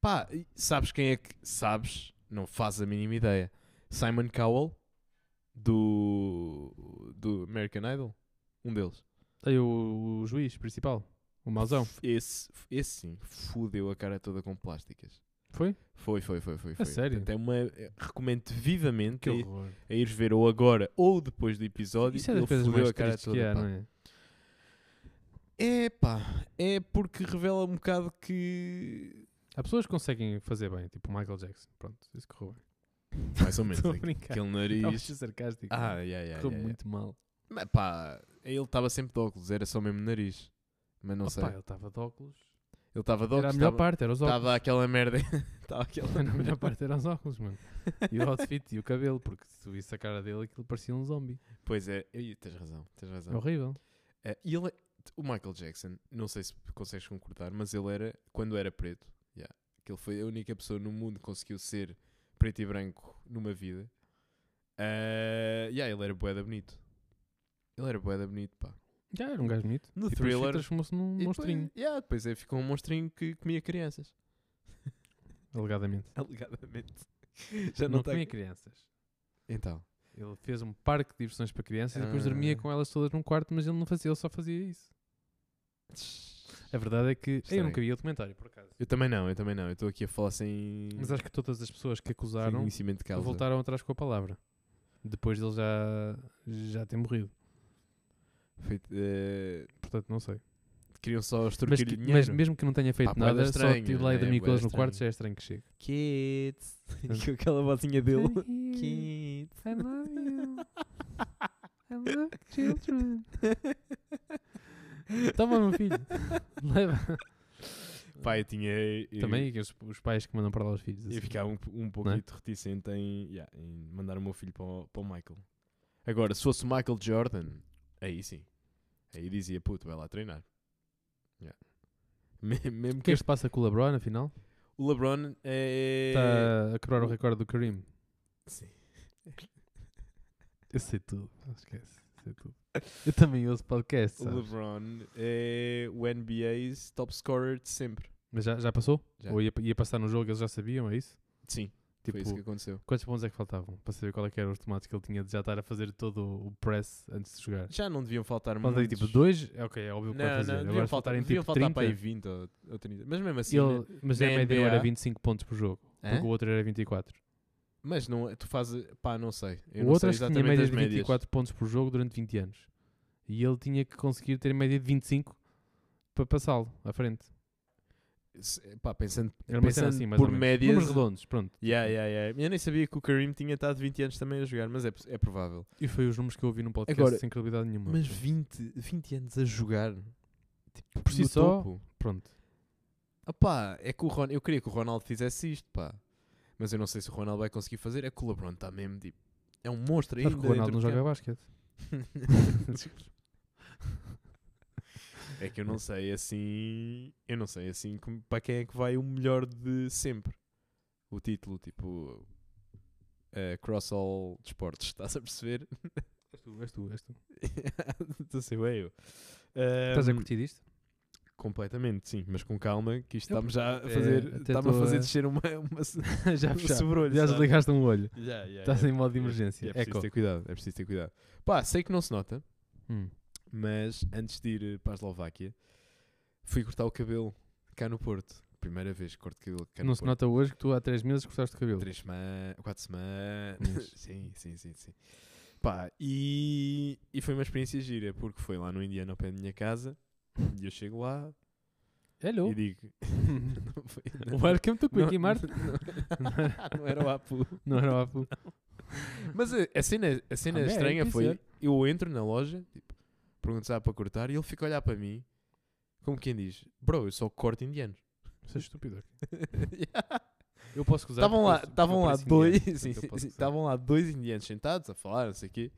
B: Pá, e sabes quem é que. Sabes? Não fazes a mínima ideia. Simon Cowell, do. do American Idol. Um deles.
A: Aí o, o juiz principal, o mauzão,
B: F- Esse, f- esse sim, fudeu a cara toda com plásticas.
A: foi?
B: Foi, foi, foi, foi. foi.
A: sério?
B: Portanto, é uma, é- recomendo vivamente
A: Que
B: a, ir-
A: horror.
B: a ires ver ou agora ou depois do episódio.
A: Isso é das
B: ele
A: coisas
B: fudeu
A: mais
B: a cara
A: tristes
B: toda.
A: que há,
B: pá.
A: não é?
B: É pá, é porque revela um bocado que.
A: Há pessoas que conseguem fazer bem, tipo o Michael Jackson, pronto, isso correu bem.
B: Mais
A: (laughs)
B: ou menos.
A: Estou a
B: aqu-
A: brincar.
B: aquele
A: Estava a
B: nariz.
A: ser sarcástico.
B: Ah, yeah, yeah,
A: é correu
B: yeah, yeah.
A: muito mal.
B: Mas pá, ele estava sempre de óculos, era só mesmo nariz. Mas não
A: Opa,
B: sei.
A: ele estava de óculos.
B: Ele estava
A: Era
B: de
A: a
B: óculos,
A: melhor
B: estava-
A: parte, era os óculos.
B: estava aquela merda. (laughs) Estava aquela
A: (laughs) Era a melhor parte eram os óculos, mano. E o outfit e o cabelo, porque se tu visse a cara dele, aquilo parecia um zombie.
B: Pois é, e tens razão, tens
A: É
B: razão.
A: horrível.
B: Eh, e ele, o Michael Jackson, não sei se consegues concordar, mas ele era, quando era preto, yeah, que ele foi a única pessoa no mundo que conseguiu ser preto e branco numa vida. Eh, yeah, ele era boeda bonito. Ele era boeda bonito, pá.
A: Já era um gajo bonito.
B: No
A: e depois
B: Thriller-
A: transformou-se num
B: E
A: um monstrinho,
B: Depois, yeah, depois é, ficou um monstrinho que comia crianças.
A: (laughs) alegadamente.
B: Alegadamente. (laughs) Já
A: não tá
B: não, tem
A: comia crianças.
B: Então.
A: Ele fez um parque de diversões para crianças e depois dormia
B: Ah.
A: com elas todas num quarto, mas ele não fazia, ele só fazia isso. A verdade é que eu
B: Estranho.
A: nunca vi o documentário, por acaso.
B: Eu também não, eu também não. Eu estou aqui a falar sem,
A: Mas acho que todas as pessoas que
B: sem
A: acusaram
B: conhecimento de é causa.
A: voltaram atrás com a palavra. Depois dele já, já ter morrido.
B: Feito, eh,
A: Portanto, não sei.
B: queriam só
A: Mas,
B: extorquir
A: que-
B: dinheiro. Ah,
A: mas mesmo que não tenha feito
B: Pá, bué da
A: nada,
B: estranho,
A: só ir lá
B: né?
A: e dormir
B: Bué
A: com eles
B: da
A: no quarto
B: estranho.
A: já é estranho que chegue.
B: Kids.
A: (laughs)
B: (laughs) Com aquela vozinha dele.
A: Uhum.
B: Kids.
A: I love you. I love children.
B: Então,
A: Toma, meu
B: (laughs)
A: filho. Leva.
B: Pai, eu tinha. Eu,
A: Também aqueles, os pais que mandam para lá os filhos.
B: Eu
A: assim.
B: ficava um, um
A: Não
B: pouquinho reticente em, yeah, em mandar o meu filho para o, para o Michael. Agora, se fosse o Michael Jordan, aí sim. Aí dizia, puto, vai lá treinar. Yeah. Me- mesmo
A: O que é
B: que
A: que se passa com o LeBron, afinal?
B: O LeBron é.
A: Está a quebrar o recorde do Kareem. (laughs)
B: Sim.
A: Eu sei tudo. Não Esquece. Sei tudo. Eu também ouço podcasts.
B: O LeBron é o NBA's top scorer de sempre.
A: Mas já, já passou?
B: Já.
A: Ou ia, ia passar no jogo, eles já sabiam, é isso?
B: Sim,
A: Tipo,
B: foi isso que aconteceu.
A: quantos pontos é que faltavam? Para saber qual é que eram os tomates que ele tinha de já estar a fazer todo o press antes de jogar.
B: Já não deviam faltar
A: Falta aí,
B: muitos.
A: tipo dois? É, Ok, é óbvio
B: Não,
A: que vai
B: não,
A: fazer.
B: deviam
A: Agora
B: faltar,
A: faltarem
B: deviam
A: tipo
B: faltar
A: 30.
B: para aí 20 ou, ou 30. Mas mesmo assim, né?
A: ele, mas a
B: na
A: média não
B: NBA.
A: era 25 pontos por jogo,
B: Hã?
A: porque o outro era 24.
B: mas não, tu fazes, pá, não sei.
A: o
B: Eu não
A: outro
B: sei
A: acho que tinha
B: exatamente
A: média
B: as
A: de
B: médias.
A: 24 pontos por jogo durante 20 anos. E ele tinha que conseguir ter média de 25 para passá-lo à frente.
B: se- pá, pensando,
A: Era uma
B: pensando
A: cena assim, mais
B: por
A: ou menos. Números
B: médias.
A: redondos, pronto.
B: Yeah, yeah, yeah. Eu nem sabia que o Kareem tinha estado 20 anos também a jogar, mas é, pos- é provável.
A: E foi os números que eu ouvi num podcast
B: Agora-
A: sem credibilidade nenhuma.
B: Mas 20, 20 anos a jogar tipo,
A: Por si
B: no
A: só-
B: topo.
A: Pronto.
B: Ah pá, é que o Ron... eu queria que o Ronaldo fizesse isto, pá. Mas eu não sei se o Ronaldo vai conseguir fazer. É que o LeBron está mesmo tipo. É um monstro ainda.
A: Sabes que o Ronaldo não
B: dentro do
A: joga basquete.
B: campo. (laughs) é que eu não sei assim. Eu não sei assim como- para quem é que vai o melhor de sempre. O título, tipo. eh, cross All Desportos, estás a perceber? (laughs)
A: És tu, és tu, és tu.
B: Estou a ser bem eu.
A: Estás a
B: Ahm,
A: curtir
B: (laughs)
A: isto? (laughs)
B: Completamente, sim, mas com calma, que isto
A: Eu,
B: está-me já a
A: é,
B: fazer,
A: até
B: está-me a
A: tô
B: fazer
A: a-
B: descer uma, (laughs) uma, se-
A: já
B: um
A: fechaste.
B: sobrolho.
A: Já
B: sabe?
A: desligaste um olho.
B: Já, já,
A: Estás
B: já.
A: em modo de
B: É-
A: emergência.
B: É preciso
A: Eco.
B: ter cuidado, é preciso ter cuidado. Pá, sei que não se nota,
A: Hum.
B: mas antes de ir eh, para a Eslováquia, fui cortar o cabelo cá no Porto. Primeira vez que corto cabelo cá no
A: Não se
B: Porto.
A: nota hoje que tu há 3 meses cortaste o cabelo.
B: Três semanas, quatro semanas.
A: Mas-
B: (laughs) sim, sim, sim, sim. Pá, e, e foi uma experiência gira, porque foi lá no Indiano ao pé da minha casa, e eu chego lá
A: Hello. é
B: e
A: (laughs)
B: digo... (laughs) Não foi- não-
A: Welcome to Quickie Mart.
B: Não, (laughs) não era o Apu.
A: (laughs) Não era o
B: (laughs)
A: Apple.
B: Mas a, a cena, a cena
A: Também,
B: estranha
A: tem
B: foi:
A: ser.
B: eu entro na loja, tipo, pergunto se há para cortar, e ele fica a olhar para mim, como quem diz: Bro, eu só corto indianos.
A: Isso é estúpido.
B: (laughs) Yeah.
A: Eu posso usar.
B: Estavam lá,
A: porque eu-
B: estavam
A: eu
B: lá
A: pareço
B: dois,
A: indiano,
B: sim,
A: portanto, eu
B: sim,
A: posso
B: sim,
A: usar.
B: estavam lá dois indianos sentados a falar, não sei o quê.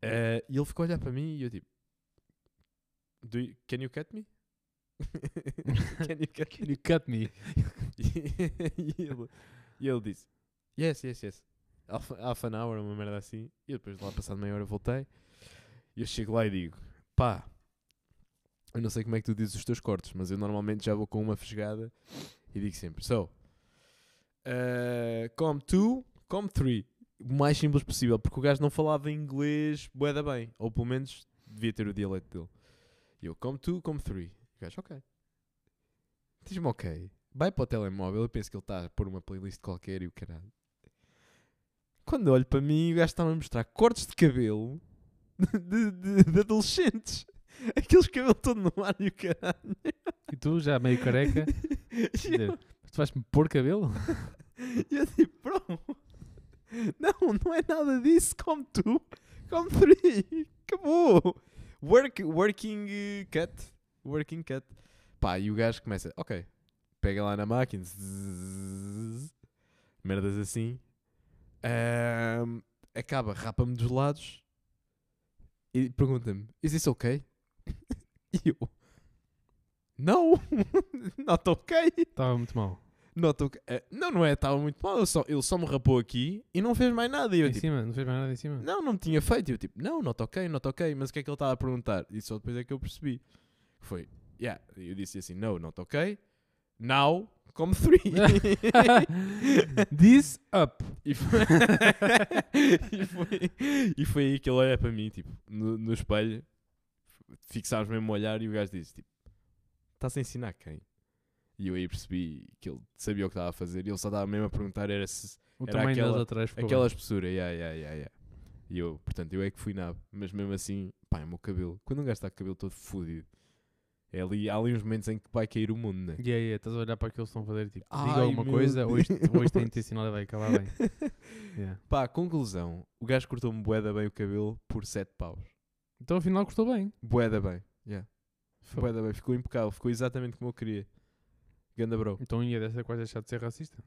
B: Eh, e ele ficou a olhar para mim e eu tipo: "Do you- Can you cut me? (laughs) can you cut me?
A: You cut me.
B: (laughs) e, ele, e ele disse: Yes, yes, yes. Half, half an hour, uma merda assim. E eu depois de lá passado meia hora voltei. E eu chego lá e digo: Pá, eu não sei como é que tu dizes os teus cortes, mas eu normalmente já vou com uma fesgada e digo sempre: So, uh, come two, come three. O mais simples possível, porque o gajo não falava inglês bué da bem, ou pelo menos devia ter o dialeto dele. E eu, come two, come three. O gajo, ok. Diz-me ok. Vai para o telemóvel, eu penso que ele está a pôr uma playlist qualquer e o caralho. Quando olho para mim, o gajo está-me a mostrar cortes de cabelo (laughs) de, de- de adolescentes. Aqueles cabelo todo no ar e o caralho.
A: E tu, já meio
B: (laughs)
A: careca,
B: E eu-
A: dizer, "Mas tu vais-me pôr cabelo?
B: (laughs) E eu tipo, bro, não, não é nada disso, come two, come three, acabou. Work, working eh, cut, working cut. Pá, e o gajo começa, ok, pega lá na máquina, zzzz, merdas assim, Ahm, acaba, rapa-me dos lados e pergunta-me, is this ok? (laughs) E eu, no, (laughs) not ok.
A: Estava muito mal.
B: Nota o que- eh, não, não é, estava muito mal. Eu só, ele só me rapou aqui e não fez mais nada. E eu,
A: em
B: tipo,
A: cima, não fez mais nada em cima.
B: não, não me tinha feito. E eu, tipo, não, nota ok, nota ok. Mas o que é que ele estava a perguntar? E só depois é que eu percebi. Foi, yeah. E Eu disse assim, no, not ok. Now,
A: (laughs)
B: come three. (laughs)
A: This up.
B: e, foi, (laughs) e, foi, e foi aí que ele olha para mim, tipo, no, no espelho. Fixámos mesmo o olhar e o gajo disse, tipo, estás a ensinar quem? E eu aí percebi que ele sabia o que estava a fazer e ele só estava mesmo a perguntar era se
A: O
B: Era
A: tamanho
B: aquela-
A: deles atrás ficou
B: Aquela espessura, yeah, yeah, yeah, yeah. E eu, portanto, eu é que fui nabo, mas mesmo assim, pá, é o meu cabelo. Quando um gajo está com o cabelo todo fodido, é ali, há ali uns momentos em que vai cair o mundo, né?
A: bem. E aí, estás a olhar para aquilo que eles estão a fazer, tipo,
B: Ai,
A: diga alguma
B: meu
A: coisa ou isto, ou isto é
B: Deus.
A: intencional e vai acabar
B: (laughs)
A: bem. Yeah.
B: Pá, conclusão, o gajo cortou-me boeda bem o cabelo por 7 paus.
A: Então afinal gostou bem.
B: Boeda bem,
A: Foi.
B: boeda bem, ficou impecável, ficou exatamente como eu queria. Ganda bro.
A: Então ia dessa quase deixar de ser
B: (laughs)
A: racista.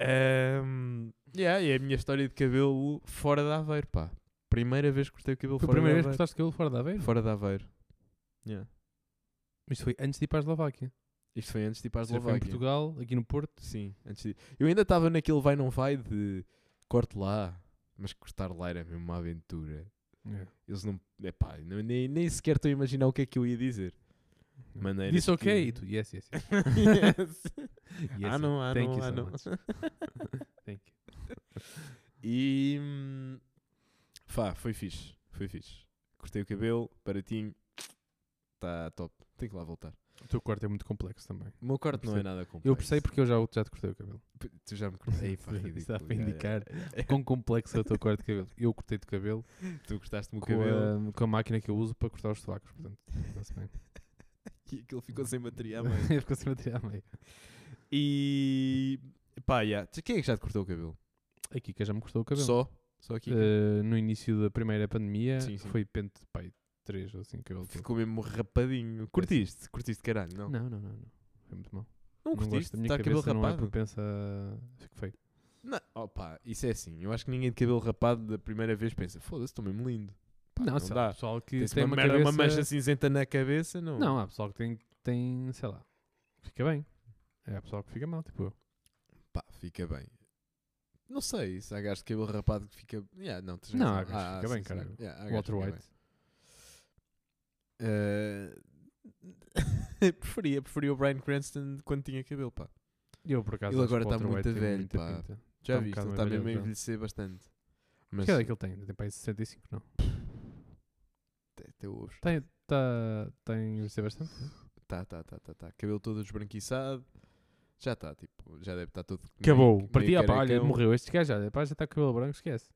B: Ahm, yeah, e é a minha história de cabelo fora da Aveiro, pá. Primeira vez que cortei o cabelo
A: Foi a
B: fora da
A: primeira vez
B: Aveiro.
A: que cortaste cabelo fora da Aveiro?
B: Fora da Aveiro. Yeah.
A: Isto foi antes de ir para a Eslováquia.
B: Isto foi antes de ir para a
A: Isto foi em
B: Eslováquia.
A: Portugal, aqui no Porto.
B: Sim, antes de... Eu ainda estava naquele vai não vai de corte lá, mas cortar lá era mesmo uma aventura. Eles não. Epá, não- nem, nem sequer estou a imaginar o que é que eu ia (laughs) dizer. Maneiras
A: Disse
B: que-
A: ok. E tu, yes, yes. yes.
B: Yes.
A: Yes,
B: Ah, não,
A: yes.
B: ah,
A: Thank
B: não,
A: you
B: ah,
A: so
B: não.
A: much. (laughs) Thank you.
B: E. hum, Fá, foi fixe. Foi fixe. Cortei o cabelo, baratinho. Está top. tá Tenho que lá voltar.
A: O teu corte é muito complexo também.
B: O meu corte
A: Eu
B: não é
A: percebo.
B: nada complexo.
A: Eu percebi porque eu já, já te cortei o (laughs) cabelo. é
B: P- Tu já (laughs) me cortaste. Ei, pá, ridículo.
A: Está para
B: já, já.
A: indicar quão complexo é o teu corte de cabelo. Eu cortei de cabelo,
B: Tu cortaste-me o
A: com,
B: cabelo
A: A, com a máquina que eu uso para cortar os tobacos. Portanto, está-se bem.
B: e aquilo ficou sem
A: É
B: bateria
A: (laughs)
B: à mãe.
A: Ficou sem bateria à meia.
B: (laughs) E. Pá, já. Tu- Quem é que já te cortou o cabelo?
A: A Kika já me cortou o cabelo.
B: Só? Só aqui?
A: Eh, no início da primeira pandemia,
B: Sim, sim.
A: foi pente, pai, 3 ou 5 cabelo. todo.
B: Ficou mesmo rapadinho. Curtiste? Curtiste caralho? Não.
A: Não, não, não, não. Foi muito mal.
B: Não,
A: gosto.
B: curtiste?
A: A minha
B: Está cabelo
A: cabeça não é
B: rapado?
A: propensa a... Fico feio.
B: Não, opa, isso é assim. Eu acho que ninguém de cabelo rapado da primeira vez pensa, foda-se, estou mesmo lindo. Pá,
A: não,
B: não
A: sei lá,
B: dá.
A: pessoal que
B: Tens
A: tem
B: uma,
A: uma,
B: merda,
A: cabeça...
B: uma mancha cinzenta na cabeça, não.
A: Não, há pessoal que tem, tem, sei lá, fica bem. É, há pessoal que fica mal, tipo eu.
B: Pá, fica bem. Não sei, se há gajo de cabelo rapado que fica. Yeah, não, tens
A: Não,
B: razão.
A: há gajo que fica bem,
B: Ah, sim, senhor.
A: caralho.
B: Yeah,
A: O
B: há gajo que
A: Walter
B: fica
A: White.
B: bem. Eh, (laughs) preferia, preferia o Brian Cranston quando tinha cabelo, pá.
A: Eu, por acaso,
B: Ele
A: acho que o
B: agora tá
A: Walter
B: muito
A: White tem
B: velho,
A: muita
B: pá.
A: pinta.
B: Já
A: Tá um
B: viste,
A: bocado
B: ele está
A: mais
B: mesmo a
A: velho já.
B: envelhecer bastante.
A: Que
B: Mas
A: idade é que ele tem? Tem para aí 65, não?
B: até- até hoje.
A: Tem, tá, tem a ser bastante?
B: Tá, tá, tá, tá, tá. Cabelo todo esbranquiçado. Já está, tipo, já deve estar todo. meio-
A: Acabou.
B: meio
A: Partiu, pá, olha,
B: carecão.
A: morreu. Este gajo já, pá, já está com o cabelo branco, esquece.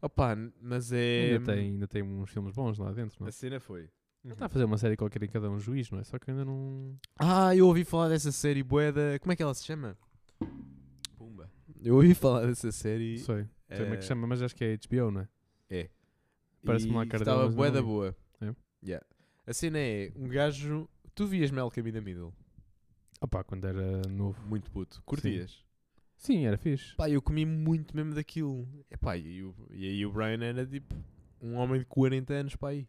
B: Opa, n- mas é.
A: Ainda, tem, ainda tem uns filmes bons lá dentro, não é?
B: A cena foi.
A: Ele está a fazer uma série qualquer em cada um juiz, não é? Só que ainda não...
B: Ah, eu ouvi falar dessa série boeda. Como é que ela se chama? Pumba. Eu ouvi falar dessa série.
A: Não sei. Não sei como é que
B: eh,
A: se chama, mas acho que é HBO, não é? Parece-me lá
B: e
A: a cara
B: Estava
A: dela, mas eu não
B: boeda
A: vi.
B: boa.
A: É?
B: Yeah. A cena é um gajo. Tu vias Mel Caminho da Middle? Ah,
A: Opa, quando era novo.
B: Muito puto. Curtias?
A: Sim, era fixe.
B: Pá, eu comi muito mesmo daquilo. Epá, e, aí o- e aí o Brian era tipo um homem de 40 anos para aí.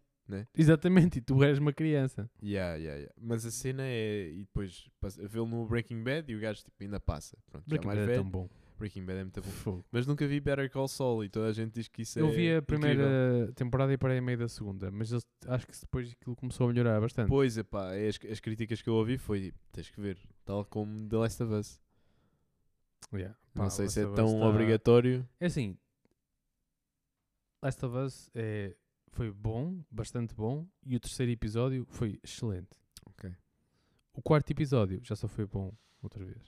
A: Exatamente, e tu eras uma criança.
B: Yeah, yeah, yeah. Mas a cena é. E depois passa- vê-lo no Breaking Bad e o gajo tipo, ainda passa. Pronto, já
A: Breaking
B: mais
A: Bad é
B: velho.
A: tão bom.
B: Breaking Bad é muito bom.
A: Fogo.
B: Mas nunca vi Better Call Saul e toda a gente diz que isso é.
A: Eu vi a
B: incrível.
A: primeira temporada e parei a meio da segunda, mas eu acho que depois aquilo começou a melhorar bastante.
B: Pois, epá, é as, as críticas que eu ouvi foi tipo, tens que ver. Tal como The Last of Us.
A: Yeah.
B: Não
A: Pá,
B: sei
A: Last
B: se é
A: of Us
B: tão
A: tá-
B: obrigatório.
A: É assim, Last of Us é, foi bom, bastante bom, e o terceiro episódio foi excelente.
B: Ok.
A: O quarto episódio já só foi bom outra vez.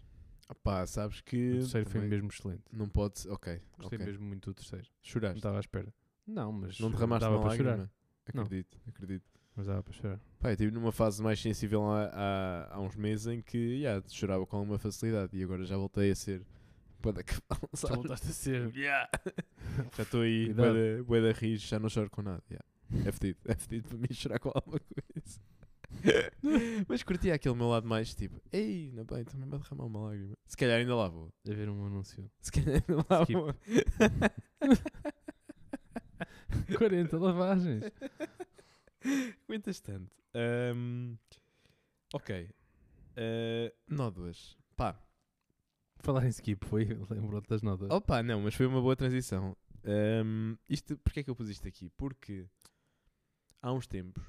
B: Pá, sabes
A: O
B: que.
A: terceiro foi
B: também
A: mesmo excelente.
B: Não pode. Ok.
A: Gostei
B: ok.
A: mesmo muito do terceiro. Não
B: Choraste.
A: estava à espera. Não, mas
B: Não derramaste
A: dava
B: uma
A: para chorar.
B: lágrima?
A: Não.
B: Acredito, acredito.
A: Mas dava para
B: (laughs)
A: chorar.
B: Pá, eu estive numa fase mais sensível há, há, há uns meses em que yeah, chorava com alguma facilidade e agora já voltei a ser bué da (laughs) cavalo,
A: Já
B: sabe?
A: voltaste a ser. (laughs)
B: Yeah. Já estou aí,
A: Cuidado.
B: bué da- bué da rir, já não choro com nada. Yeah. É fedido, é fedido para mim chorar com
A: (laughs)
B: alguma coisa. Mas curti aquele meu lado mais tipo, ei, não bem, também vai derramar uma lágrima. Se calhar ainda lá vou.
A: A ver um anúncio.
B: Se calhar ainda lá
A: Skip. (laughs)
B: vou. (laughs)
A: 40 lavagens.
B: (laughs) Aguentas tanto. Ahm, ok. Ah, nódoas. Pá.
A: Falar em skip foi, (laughs) lembrou-te das notas.
B: Opa, não, mas foi uma boa transição. Ahm, isto, porque é que eu pus isto aqui? Porque há uns tempos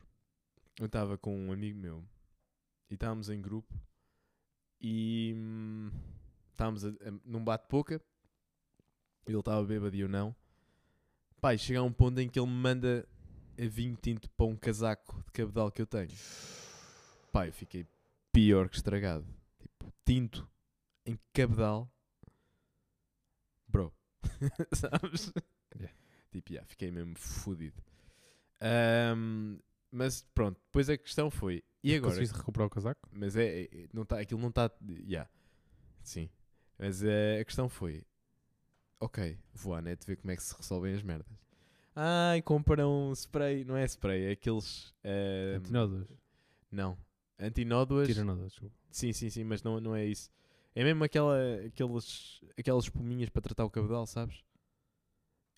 B: eu estava com um amigo meu e estávamos em grupo e hum, estávamos a- a- num bate-pouca. Ele estava bêbado e eu não. Pai, chega a um ponto em que ele me manda a vinho tinto para um casaco de cabedal que eu tenho. Pai, eu fiquei pior que estragado. Tipo, tinto em cabedal. Bro. (laughs) Sabes?
A: Yeah.
B: Tipo, yeah, fiquei mesmo fodido. Ahm, mas pronto, depois a questão foi. E agora?
A: Conseguiste recuperar o casaco?
B: Mas é, é- é- não tá, aquilo não está. Yeah. Sim. Mas eh, a questão foi: ok, vou à net ver como é que se resolvem as merdas. Ai, compram spray, não é spray, é aqueles. eh,
A: Antinodas.
B: Não, antinódoas.
A: Tira notas, desculpa.
B: Sim, sim, sim, mas não, não é isso. É mesmo aquela, aqueles, aquelas espuminhas para tratar o cabedal, sabes?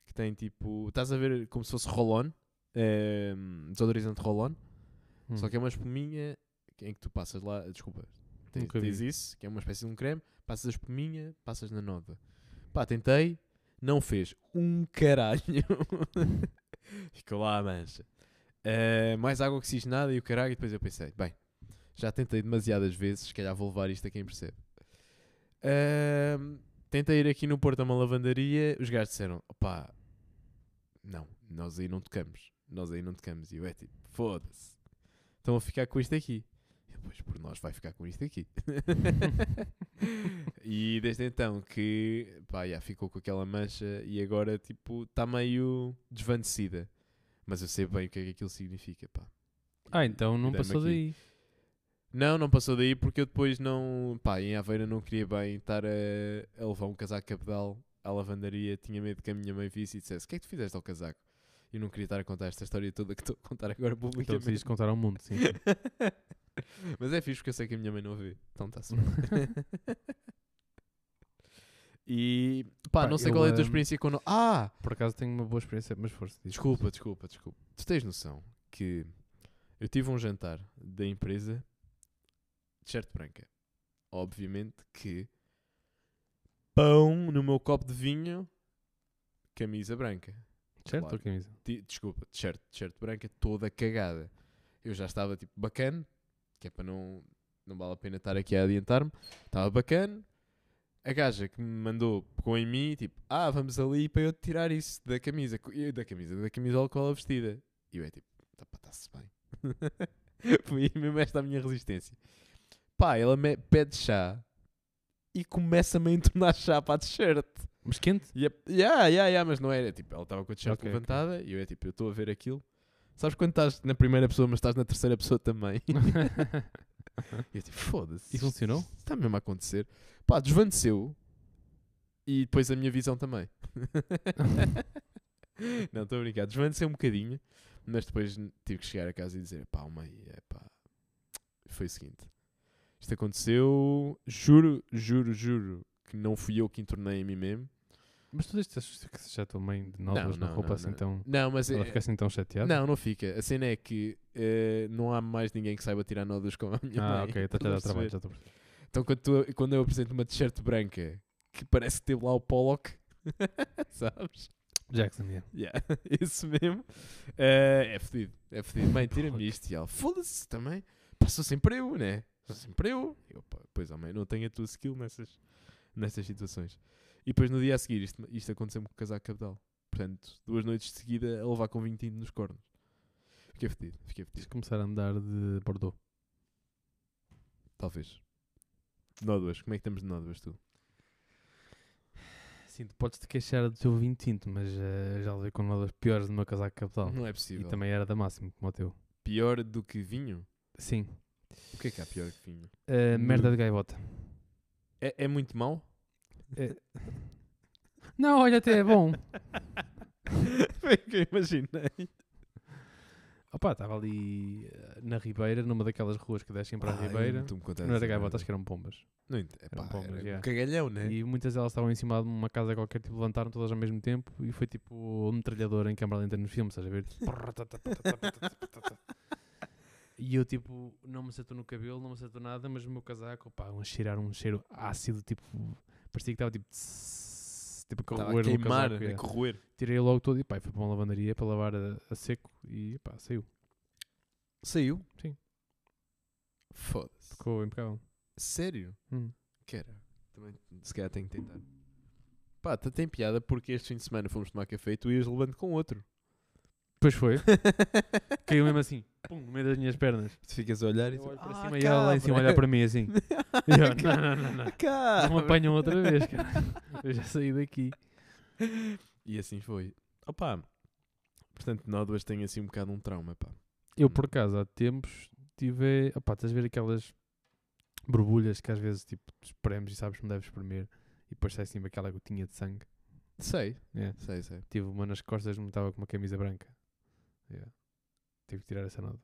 B: Que tem tipo. Estás a ver como se fosse roll-on, eh, desodorizante roll-on.
A: Hum.
B: Só que é uma espuminha em que tu passas lá, desculpa, tens,
A: Nunca vi.
B: tens isso, que é uma espécie de um creme, passas a espuminha, passas na nova. Pá, tentei, não fez um caralho. (laughs) Ficou lá a mancha. Eh, mais água oxigenada e o caralho, e depois eu pensei, bem, já tentei demasiadas vezes, se calhar vou levar isto a quem percebe. Ahm, tentei ir aqui no Porto a uma lavandaria, os gajos disseram, opá, não, nós aí não tocamos, nós aí não tocamos. E eu é tipo, foda-se, estão a ficar com isto aqui. Eu, pois por nós vai ficar com isto aqui. (laughs) e desde então que, pá, já ficou com aquela mancha e agora, tipo, está meio desvanecida. Mas eu sei bem o que é que aquilo significa, pá.
A: Ah,
B: E-
A: então não
B: dá-me
A: passou
B: aqui.
A: daí.
B: Não, não passou daí porque eu depois não. Pá, em Aveira não queria bem estar a, a levar um casaco cabedal à lavandaria. Tinha medo que a minha mãe visse e dissesse: O que é que tu fizeste ao casaco? Eu não queria estar a contar esta história toda que estou a contar agora
A: Então
B: publicamente.
A: precisas contar ao mundo,
B: (laughs)
A: sim.
B: Mas é fixe porque eu sei que a minha mãe não vê. Então está certo. (laughs) e. Pá,
A: Pá,
B: não sei
A: eu,
B: qual é a tua
A: hum,
B: experiência com. no- Ah!
A: Por acaso tenho uma boa experiência, mas força. diz.
B: Desculpa, desculpa, desculpa. Tu tens noção que eu tive um jantar da empresa de shirt branca. Obviamente que pão no meu copo de vinho, camisa branca.
A: Certo?
B: claro.
A: Ou camisa?
B: Ti- Desculpa, t-shirt, t-shirt branca toda cagada. Eu já estava tipo bacana, que é para não. Não vale a pena estar aqui a adiantar-me. Estava bacana. A gaja que me mandou pegou em mim, tipo, ah, vamos ali para eu te tirar isso da camisa, co- e da camisa, da camisola com ela vestida. E eu é tipo, está-se bem. (laughs) Foi mesmo esta a minha resistência. Pá, ela me pede chá e começa-me a entornar chá para a t-shirt.
A: Mas
B: (laughs)
A: quente?
B: Yep. é, Yeah, yeah, yeah, mas não era. Tipo, ela estava com a t-shirt
A: Ok, ok.
B: levantada e eu é tipo, eu estou a ver aquilo. Sabes quando estás na primeira pessoa, mas estás na terceira
A: (laughs)
B: pessoa também? e eu tipo, foda-se.
A: E funcionou?
B: isto Está mesmo a acontecer. Pá, desvaneceu. E depois a minha visão
A: (laughs)
B: também. não, estou a brincar. Desvaneceu um bocadinho, mas depois tive que chegar a casa e dizer, pá, mãe, é pá. Foi o seguinte. Isto aconteceu, juro, juro, juro, que não fui eu que entornei a mim mesmo.
A: Mas tu deixaste que seja a tua mãe de novas na
B: Não, não,
A: roupa
B: não,
A: assim tão.
B: Não, mas
A: Ela
B: é-
A: fica assim tão chateada?
B: não, não fica. A cena é que eh, não há mais ninguém que saiba tirar nódulos com a minha mãe.
A: Ah, ok, está
B: Estás
A: a dar
B: a
A: trabalho,
B: perceber?
A: já estou a perceber.
B: Então quando, tu- quando eu apresento uma t-shirt branca que parece que teve lá o Pollock, (laughs) sabes?
A: Jackson, yeah.
B: Yeah, (laughs) isso mesmo. Eh, é fedido, é fedido. Mãe, tira-me
A: Pollock.
B: isto. E ela, foda-se também. Passou sempre eu, né? Sou sempre eu. eu pá, pois, ó, mãe, não tenho a tua skill nessas, nesstas situações. E depois no dia a seguir, isto, isto aconteceu-me com o casaco cabedal. Portanto, duas noites de seguida a levar com vinho tinto nos cornos. Fiquei fedido, fiquei
A: Tens de
B: fedido.
A: começar a andar de Bordeaux.
B: Talvez. Nódoas, como é que estamos de nódoas tu?
A: Sim, tu podes te queixar do teu vinho tinto, mas eh, já levei com uma das piores do meu casaco capital.
B: Não é
A: E
B: possível.
A: também era da máximo, como o teu.
B: Pior do que vinho?
A: Sim.
B: O que é que há pior que vinho?
A: Eh,
B: Nu.
A: merda de (laughs) gaivota. Eh,
B: É, é muito mau?
A: Não, olha, até é
B: (laughs)
A: bom.
B: Foi o que eu imaginei.
A: (laughs) Opa, estava ali eh, na Ribeira, numa daquelas ruas que descem para a Um Ribeira. Não era gaivota, acho que eram pombas.
B: Não, ent- epá,
A: Eram pombas,
B: era um
A: yeah.
B: cagalhão, né?
A: E muitas delas estavam em cima de uma casa qualquer, tipo, levantaram todas ao mesmo tempo e foi tipo um metralhador em câmara lenta nos filmes, estás a ver? Tipo,
B: (laughs)
A: tá, E eu, tipo, não me acertou no cabelo, não me acertou nada, mas o meu casaco, pá, um cheirar um cheiro ácido, tipo, parecia que estava tipo. tss, Tipo, a
B: Estava a
A: corroer o meu
B: queimar, né?
A: casaco, é.
B: a corroer.
A: Tirei logo todo e pá, fui para uma lavandaria para lavar a, a seco e pá, saiu.
B: Saiu?
A: Sim.
B: Foda-se.
A: Ficou impecável.
B: Sério?
A: Hum.
B: Quero. Também, se calhar tenho que tentar. Pá, tá- tem piada porque este fim de semana fomos tomar café e tu ias levando com outro.
A: Depois foi,
B: (laughs)
A: caiu mesmo assim, pum, no meio das minhas pernas.
B: Tu ficas a olhar e
A: Eu
B: tu,
A: olho para
B: "Ah,
A: cima e ela lá em cima
B: cabra."
A: olha para
B: (laughs)
A: mim assim. E eu, não, não, não, não.
B: Cabra.
A: Não me apanham outra vez, (laughs) cara. Eu já saí daqui.
B: (laughs) E assim foi. Opa. Portanto, nódoas tem assim um bocado um trauma, pá.
A: Eu, por acaso, há tempos tive. Opá, estás a ver aquelas borbulhas que às vezes tipo espremes e sabes que não deves espremer e depois sai sempre aquela gotinha de sangue.
B: Sei,
A: É.
B: sei, sei.
A: Tive uma nas costas, não estava com uma camisa branca. É. Tive que tirar essa nota.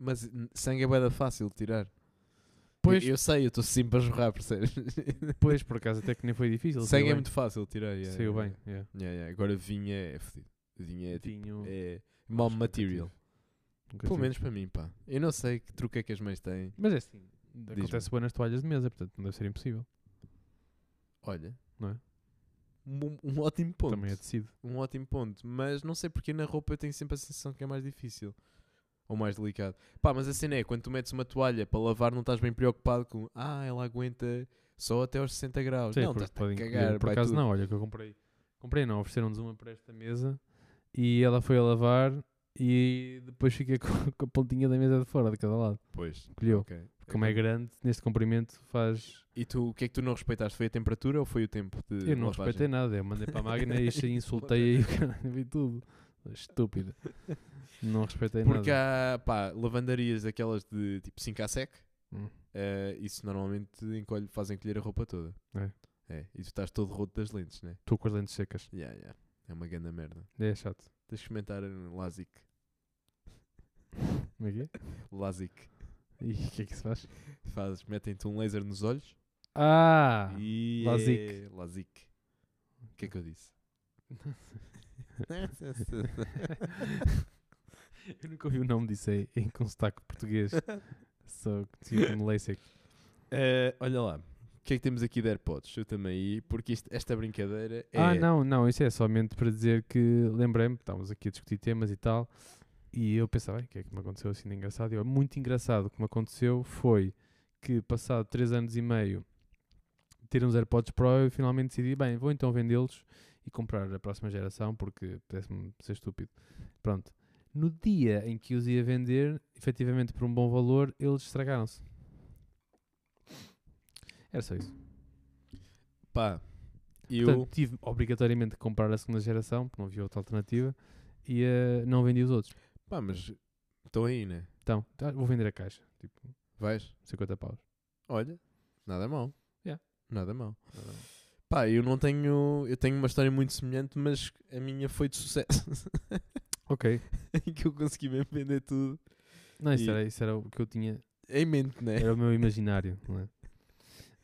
B: Mas n- sangue é bué da fácil de tirar.
A: Pois.
B: Eu, eu sei, eu estou sempre a jorrar, percebes?
A: Depois, por acaso, até que nem foi difícil.
B: sangue é
A: saiu bem.
B: muito fácil de tirar. Yeah,
A: Saiu
B: yeah,
A: bem. Yeah.
B: yeah. Yeah, yeah. Agora vinha é fodido. Vinha é tipo.
A: Tinho-
B: É mau
A: Acho que nunca
B: material.
A: tive. Nunca
B: Pelo
A: tive.
B: menos para mim, pá. Eu não sei que truque é que as mães têm.
A: Mas é assim.
B: Diz-me.
A: Acontece bem nas toalhas de mesa, portanto não deve ser impossível.
B: Olha.
A: Não é?
B: Um, um ótimo ponto.
A: Também é tecido.
B: Um ótimo ponto. Mas não sei porque na roupa eu tenho sempre a sensação que é mais difícil. Ou mais delicado. Pá, mas a cena é, quando tu metes uma toalha para lavar, não estás bem preocupado com ah, ela aguenta só até aos 60 graus.
A: Sim,
B: não,
A: porque
B: estás
A: podem
B: a
A: colher.
B: cagar.
A: Por
B: vai
A: acaso
B: tudo.
A: não, olha que eu comprei. Comprei não, ofereceram-nos uma para esta mesa e ela foi a lavar e depois fica (laughs) com, com a pontinha da mesa de fora de cada lado.
B: Pois.
A: Colheu.
B: ok.
A: Como é grande, neste comprimento faz.
B: E tu, o que é que tu não respeitaste? Foi a temperatura ou foi o tempo de
A: eu não
B: lavagem?
A: respeitei nada, eu mandei para a
B: (laughs)
A: máquina e achei- insultei aí, caralho, vi tudo. Estúpido. Não respeitei
B: Porque
A: nada.
B: há, pá, lavandarias aquelas de tipo 5 a sec,
A: Hum.
B: eh, isso normalmente encolhe, fazem colher a roupa toda.
A: É.
B: É, e tu estás todo roto das lentes, né?
A: Estou com as lentes secas.
B: Yeah, yeah. É uma grande merda.
A: É chato.
B: Tens de experimentar um LASIK.
A: Como é que é?
B: LASIK.
A: E o que é que se faz?
B: Fazes, metem-te um laser nos olhos
A: Ah!
B: e.
A: LASIK.
B: LASIK. O que é que eu disse?
A: eu nunca ouvi o nome disso aí, em com sotaque português.
B: (laughs)
A: Só conhecido como LASIK.
B: Eh, olha lá. O que é que temos aqui de AirPods? Eu também aí, porque isto- esta brincadeira é.
A: Ah, não, não, isso é somente para dizer que lembrei-me, estávamos aqui a discutir temas e tal, e eu pensava, "Ai, o que é que me aconteceu assim de engraçado? E eu, muito engraçado, o que me aconteceu foi que, passado 3 anos e meio, de ter uns AirPods Pro, eu finalmente decidi, bem, vou então vendê-los e comprar a próxima geração, porque parece-me ser estúpido. Pronto. No dia em que os ia vender, efetivamente por um bom valor, eles estragaram-se. Era só isso.
B: Pá. Eu.
A: Portanto, tive obrigatoriamente que comprar a segunda geração, porque não havia outra alternativa, e eh, não vendi os outros.
B: Pá, mas. Estão aí, né?
A: Então, tá, vou vender a caixa, tipo,
B: Vais?
A: 50 paus.
B: Olha, nada mal.
A: Yeah.
B: Nada mal. Pá, eu não tenho. Eu tenho uma história muito semelhante, mas a minha foi de sucesso. (laughs)
A: Ok.
B: em que eu consegui mesmo vender tudo
A: Não, isso,
B: E-
A: era, isso era o que eu tinha,
B: em mente, né?
A: era o meu imaginário, não é?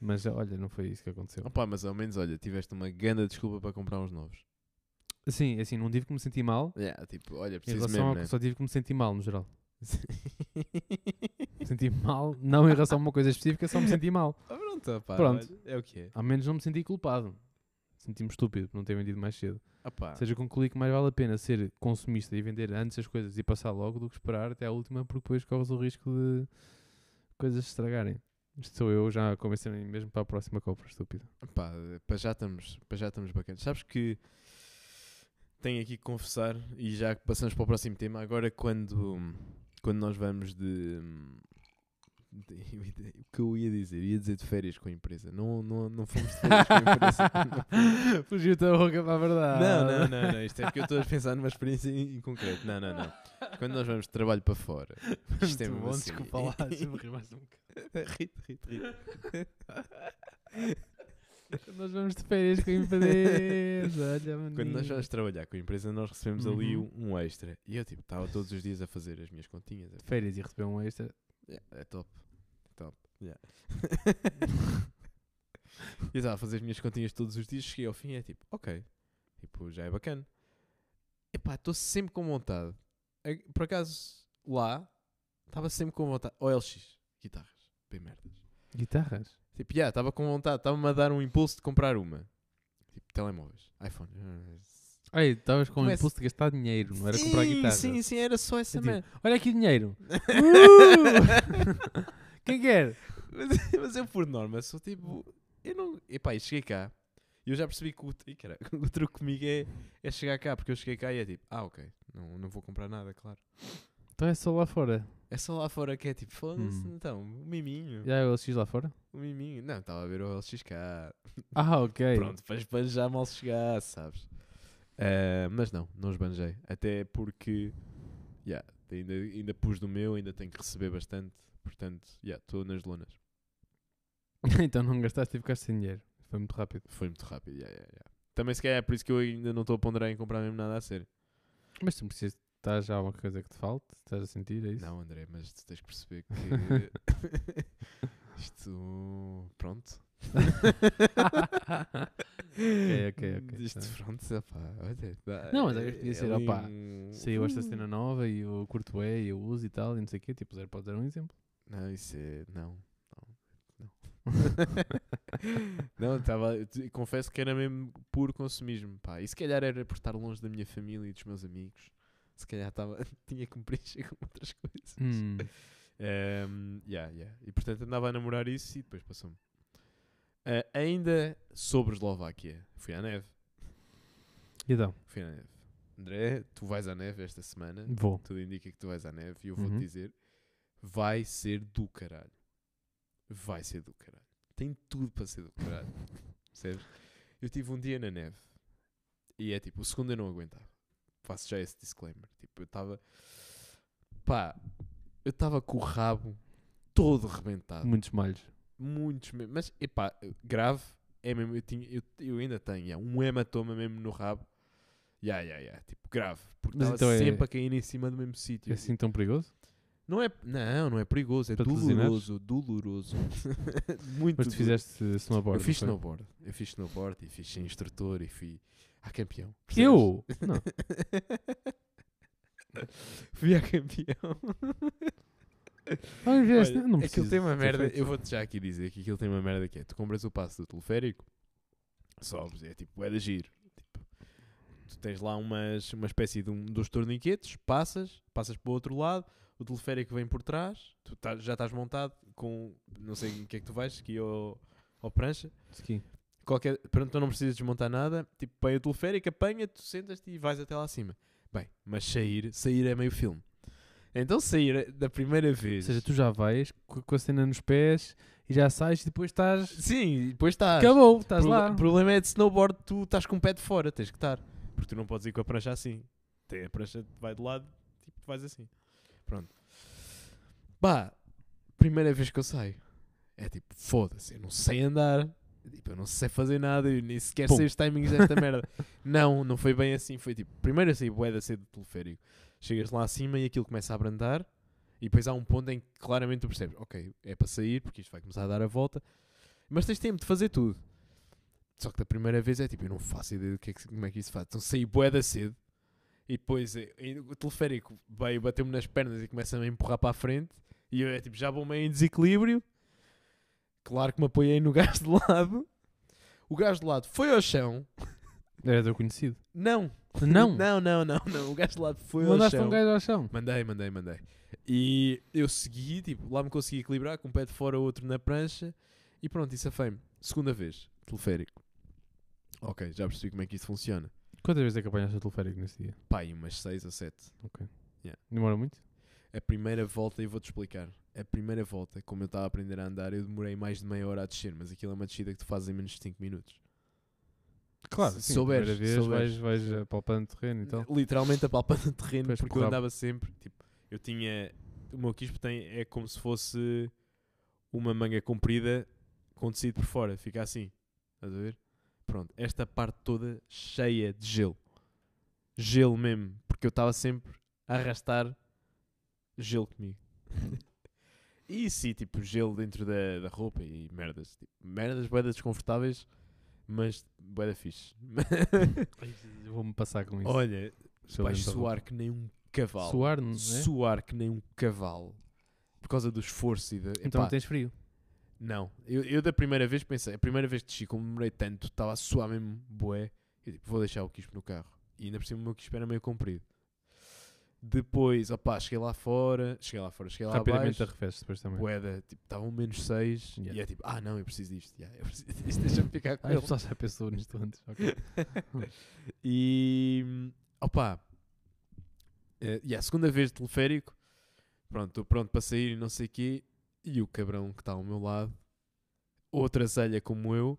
A: Mas olha, não foi isso que aconteceu.
B: Opa, mas ao menos, olha, tiveste uma grande desculpa para comprar uns novos.
A: Sim, assim, não tive que me sentir mal.
B: Yeah, tipo, olha,
A: Em
B: preciso
A: relação
B: mesmo,
A: ao
B: né?
A: que só tive que me sentir mal, no geral. (laughs) Senti mal, não em relação a uma coisa específica, só me senti mal.
B: Ah, pronto, opá,
A: Pronto.
B: olha, é o que é.
A: Ao menos não me senti culpado. Senti-me estúpido por não ter vendido mais cedo.
B: Opá,
A: Ou seja, concluí que mais vale a pena ser consumista e vender antes as coisas e passar logo do que esperar até à última, porque depois corres o risco de coisas se estragarem. Isto sou eu já a convencer-me mesmo para a próxima compra, (laughs) estúpido.
B: opá, para já estamos, para já estamos bacanas. Sabes que tenho aqui que confessar, e já que passamos para o próximo tema, agora quando, quando nós vamos de, de- O que eu ia dizer? Ia dizer de férias com a empresa. Não, não, não fomos de férias com a empresa.
A: (laughs)
B: (laughs) Não fomos.
A: Fugiu-te a boca para a verdade.
B: Não, não,
A: (laughs)
B: não, não. Isto é porque eu estou a pensar numa experiência em, em concreto. Não, não, não. Quando nós vamos de trabalho
A: (laughs)
B: para fora. Isto é
A: Muito
B: mesmo
A: bom,
B: assim.
A: desculpa
B: (laughs)
A: lá, deixa-me rir mais um bocado.
B: Rito, rito, rito.
A: Nós vamos de férias com a empresa, (laughs) olha
B: (laughs) Quando nós
A: menino.
B: vamos trabalhar com a empresa, nós recebemos ali
A: Uhum.
B: um, um extra. E eu, tipo, estava todos os dias a fazer as minhas continhas.
A: De férias e receber um extra.
B: É, é top. Top. (laughs) Yeah. e eu estava a fazer as minhas continhas todos os dias. Cheguei ao fim e é tipo, ok. Tipo, já é bacana. Epá, estou sempre com vontade. É, Por acaso, lá, estava sempre com vontade. OLX, guitarras. Bem merdas.
A: Guitarras?
B: Tipo, já, estava com vontade. Estava-me a dar um impulso de comprar uma. Tipo, telemóveis. iPhone.
A: Ai, estavas com o
B: Começa-
A: impulso de gastar dinheiro, não era
B: sim,
A: comprar guitarra.
B: Sim, sim, era só essa
A: É tipo,
B: merda.
A: Olha aqui dinheiro.
B: (laughs)
A: Uh! Quem quer?
B: Mas, (laughs) mas eu, por norma, sou tipo. Eu não. Epá, e cheguei cá. E eu já percebi que o, tru- Ih, caraca, (laughs) o truque comigo é, é chegar cá, porque eu cheguei cá e é tipo, ah, ok, não, não vou comprar nada, claro.
A: Então é só lá fora.
B: É só lá fora que é tipo, foda-se,
A: Hum.
B: então, um miminho,
A: Já é o LX lá fora?
B: um miminho. Não, estava a ver o LXK.
A: Ah, ok.
B: Pronto, para esbanjar mal chegar, sabes? Ah, mas não, não esbanjei. Até porque, yeah, ainda, ainda pus do meu, ainda tenho que receber bastante. Portanto, estou nas lonas.
A: (laughs) então não gastaste e ficaste sem dinheiro. Foi muito rápido.
B: Foi muito rápido, yeah, yeah, yeah. Também se calhar é por isso que eu ainda não estou a ponderar em comprar mesmo nada a sério.
A: Mas tu precisas. Estás já alguma coisa que te falte? Estás a sentir? É isso?
B: Não, André, mas tu tens que
A: (laughs)
B: perceber que isto pronto.
A: ok, ok, ok.
B: (laughs) Isto
A: Tá.
B: pronto, opá, olha. dá-
A: Não, mas é que podia ser,
B: ali
A: opá,
B: um-
A: (laughs) Saiu esta cena nova e eu curto é e eu uso e tal e não sei o quê. Tipo, zero pode dar um exemplo.
B: Não, isso é. Não.
A: (laughs)
B: Não. Não, estava. confesso que era mesmo puro consumismo, pá. E se calhar era por estar longe da minha família e dos meus amigos. Se calhar estava, (laughs) tinha que me preencher com outras coisas.
A: Hum.
B: Um, yeah, yeah. E portanto andava a namorar isso e depois passou-me. Ah, ainda sobre Eslováquia, fui à neve.
A: E então?
B: Fui à neve. André, tu vais à neve esta semana.
A: Vou.
B: Tudo indica que tu vais à neve e eu vou-te
A: Uhum.
B: dizer: vai ser do caralho. Vai ser do caralho. Tem tudo para ser
A: (laughs)
B: do caralho. Percebes? Eu tive um dia na neve e é tipo, o segundo eu não aguentava. Faço já esse disclaimer. Tipo, eu estava. Pá, eu estava com o rabo todo rebentado
A: Muitos malhos.
B: muitos mesmo. Mas, epá, grave é mesmo. Eu, tinha, eu, eu ainda tenho yeah, um hematoma mesmo no rabo. Ya, ya, ya. Tipo, grave. Porque
A: Mas então
B: estava
A: é-
B: sempre a cair em cima do mesmo
A: É
B: sítio.
A: assim tão perigoso?
B: Não, é, não, não é perigoso. É
A: Para te
B: doloroso. Doloroso. (laughs) Muito
A: Mas tu
B: doloroso.
A: fizeste snowboard.
B: Eu fiz
A: não
B: snowboard. Eu fiz snowboard e fiz sem instrutor e fui a campeão.
A: foi? Eu? Não.
B: (laughs) Fui a campeão.
A: Ah, fizeste-
B: Olha,
A: não
B: é que ele
A: preciso
B: tem uma
A: ter
B: merda,
A: feito.
B: eu vou-te já aqui dizer que aquilo tem uma merda que é, tu compras o passo do teleférico, sobes, é tipo, é de giro. Tipo, tu tens lá umas, uma espécie de um, dos torniquetes, passas, passas para o outro lado, o teleférico vem por trás, tu tá- já estás montado com, não sei em que é que tu vais, ski ou, ou prancha,
A: Ski.
B: qualquer, pronto, tu não precisas desmontar nada, tipo, põe o teleférico, apanha, tu sentas-te e vais até lá acima. Bem, mas sair, sair é meio filme. Então sair da primeira
A: Ou
B: vez...
A: seja, tu já vais co- com a cena nos pés e já sais e depois estás.
B: Sim, tá. e depois estás.
A: Acabou, estás
B: Proble-
A: lá.
B: O problema é de snowboard, tu estás com o pé de fora, tens que estar. Porque tu não podes ir com a prancha assim. Tem a prancha que vai de lado, tipo, tu vais assim. Pronto. Pá, primeira vez que eu saio. É tipo, foda-se, eu não sei andar. Tipo, eu não sei fazer nada, eu nem sequer
A: Pum.
B: sei os timings desta
A: (laughs)
B: merda. Não, não foi bem assim. Foi tipo, primeiro eu saí boeda cedo do teleférico. Chegas lá acima e aquilo começa a abrandar. E depois há um ponto em que claramente tu percebes, ok, é para sair, porque isto vai começar a dar a volta. Mas tens tempo de fazer tudo. Só que da primeira vez é tipo, eu não faço ideia do que é que- como é que isso faz. Então saí boeda cedo. E depois eh, e o teleférico veio, bateu-me nas pernas e começa a me empurrar para a frente. E eu é tipo, já vou meio em desequilíbrio. Claro que me apoiei no (laughs) gajo de lado. O gajo de lado foi ao chão.
A: Era teu conhecido.
B: Não,
A: Não.
B: não, não, não, não. O gajo de lado foi ao
A: Mandaste
B: chão.
A: um gajo ao chão.
B: Mandei, mandei, mandei. E eu segui, tipo, lá me consegui equilibrar, com um pé de fora, outro na prancha. E pronto, isso é fame. Segunda vez, teleférico. Ok, já percebi como é que isso funciona.
A: Quantas vezes é que apanhaste o teleférico nesse dia?
B: Pai, umas 6 ou 7.
A: Demora muito?
B: A primeira volta, eu vou-te explicar. A primeira volta, como eu estava a aprender a andar, eu demorei mais de meia hora a descer, mas aquilo é uma descida que tu fazes em menos de 5 minutos.
A: Claro,
B: Se
A: sim,
B: souberes,
A: primeira vez
B: souberes.
A: vais, eh, vais apalpando terreno e tal.
B: Literalmente a palpa do terreno,
A: Então? Pois,
B: porque
A: porque
B: eu
A: dá-
B: andava sempre. Tipo, eu tinha. O meu quispo tem, é como se fosse uma manga comprida com tecido por fora, fica assim. Estás a ver? Pronto, esta parte toda cheia de gelo. Gelo mesmo, porque eu estava sempre a arrastar gelo
A: (laughs)
B: comigo. e sim, tipo, gelo dentro da, da roupa e merdas. Tipo, merdas, boedas desconfortáveis, mas boeda fixe. (laughs)
A: Eu Vou-me passar com isso.
B: Olha,
A: Se eu
B: vais
A: lembro da
B: suar que nem um cavalo. Suar,
A: Suar, não é?
B: que nem um cavalo. Por causa do esforço e da.
A: Então
B: Epá,
A: tens frio.
B: Não. Eu, eu da primeira vez pensei, a primeira vez que desci, como demorei tanto, estava a suar mesmo boé. Eu tipo, vou deixar o quispo no carro. E ainda por cima o meu quispo era meio comprido. Depois, opá, cheguei lá fora, cheguei lá fora, cheguei lá
A: Rapidamente
B: abaixo.
A: arrefeces depois também.
B: Boeda, tipo, estavam menos 6 e
A: Yeah.
B: é tipo, ah não, eu preciso disto, yeah, eu preciso (laughs) disto, deixa-me ficar com
A: Ah, o
B: ele.
A: pessoal já pensou nisto antes.
B: (laughs)
A: ok.
B: E opa, eh, e a segunda vez de teleférico, pronto, estou pronto para sair e não sei o quê, e o cabrão que está ao meu lado, outra zelha como eu,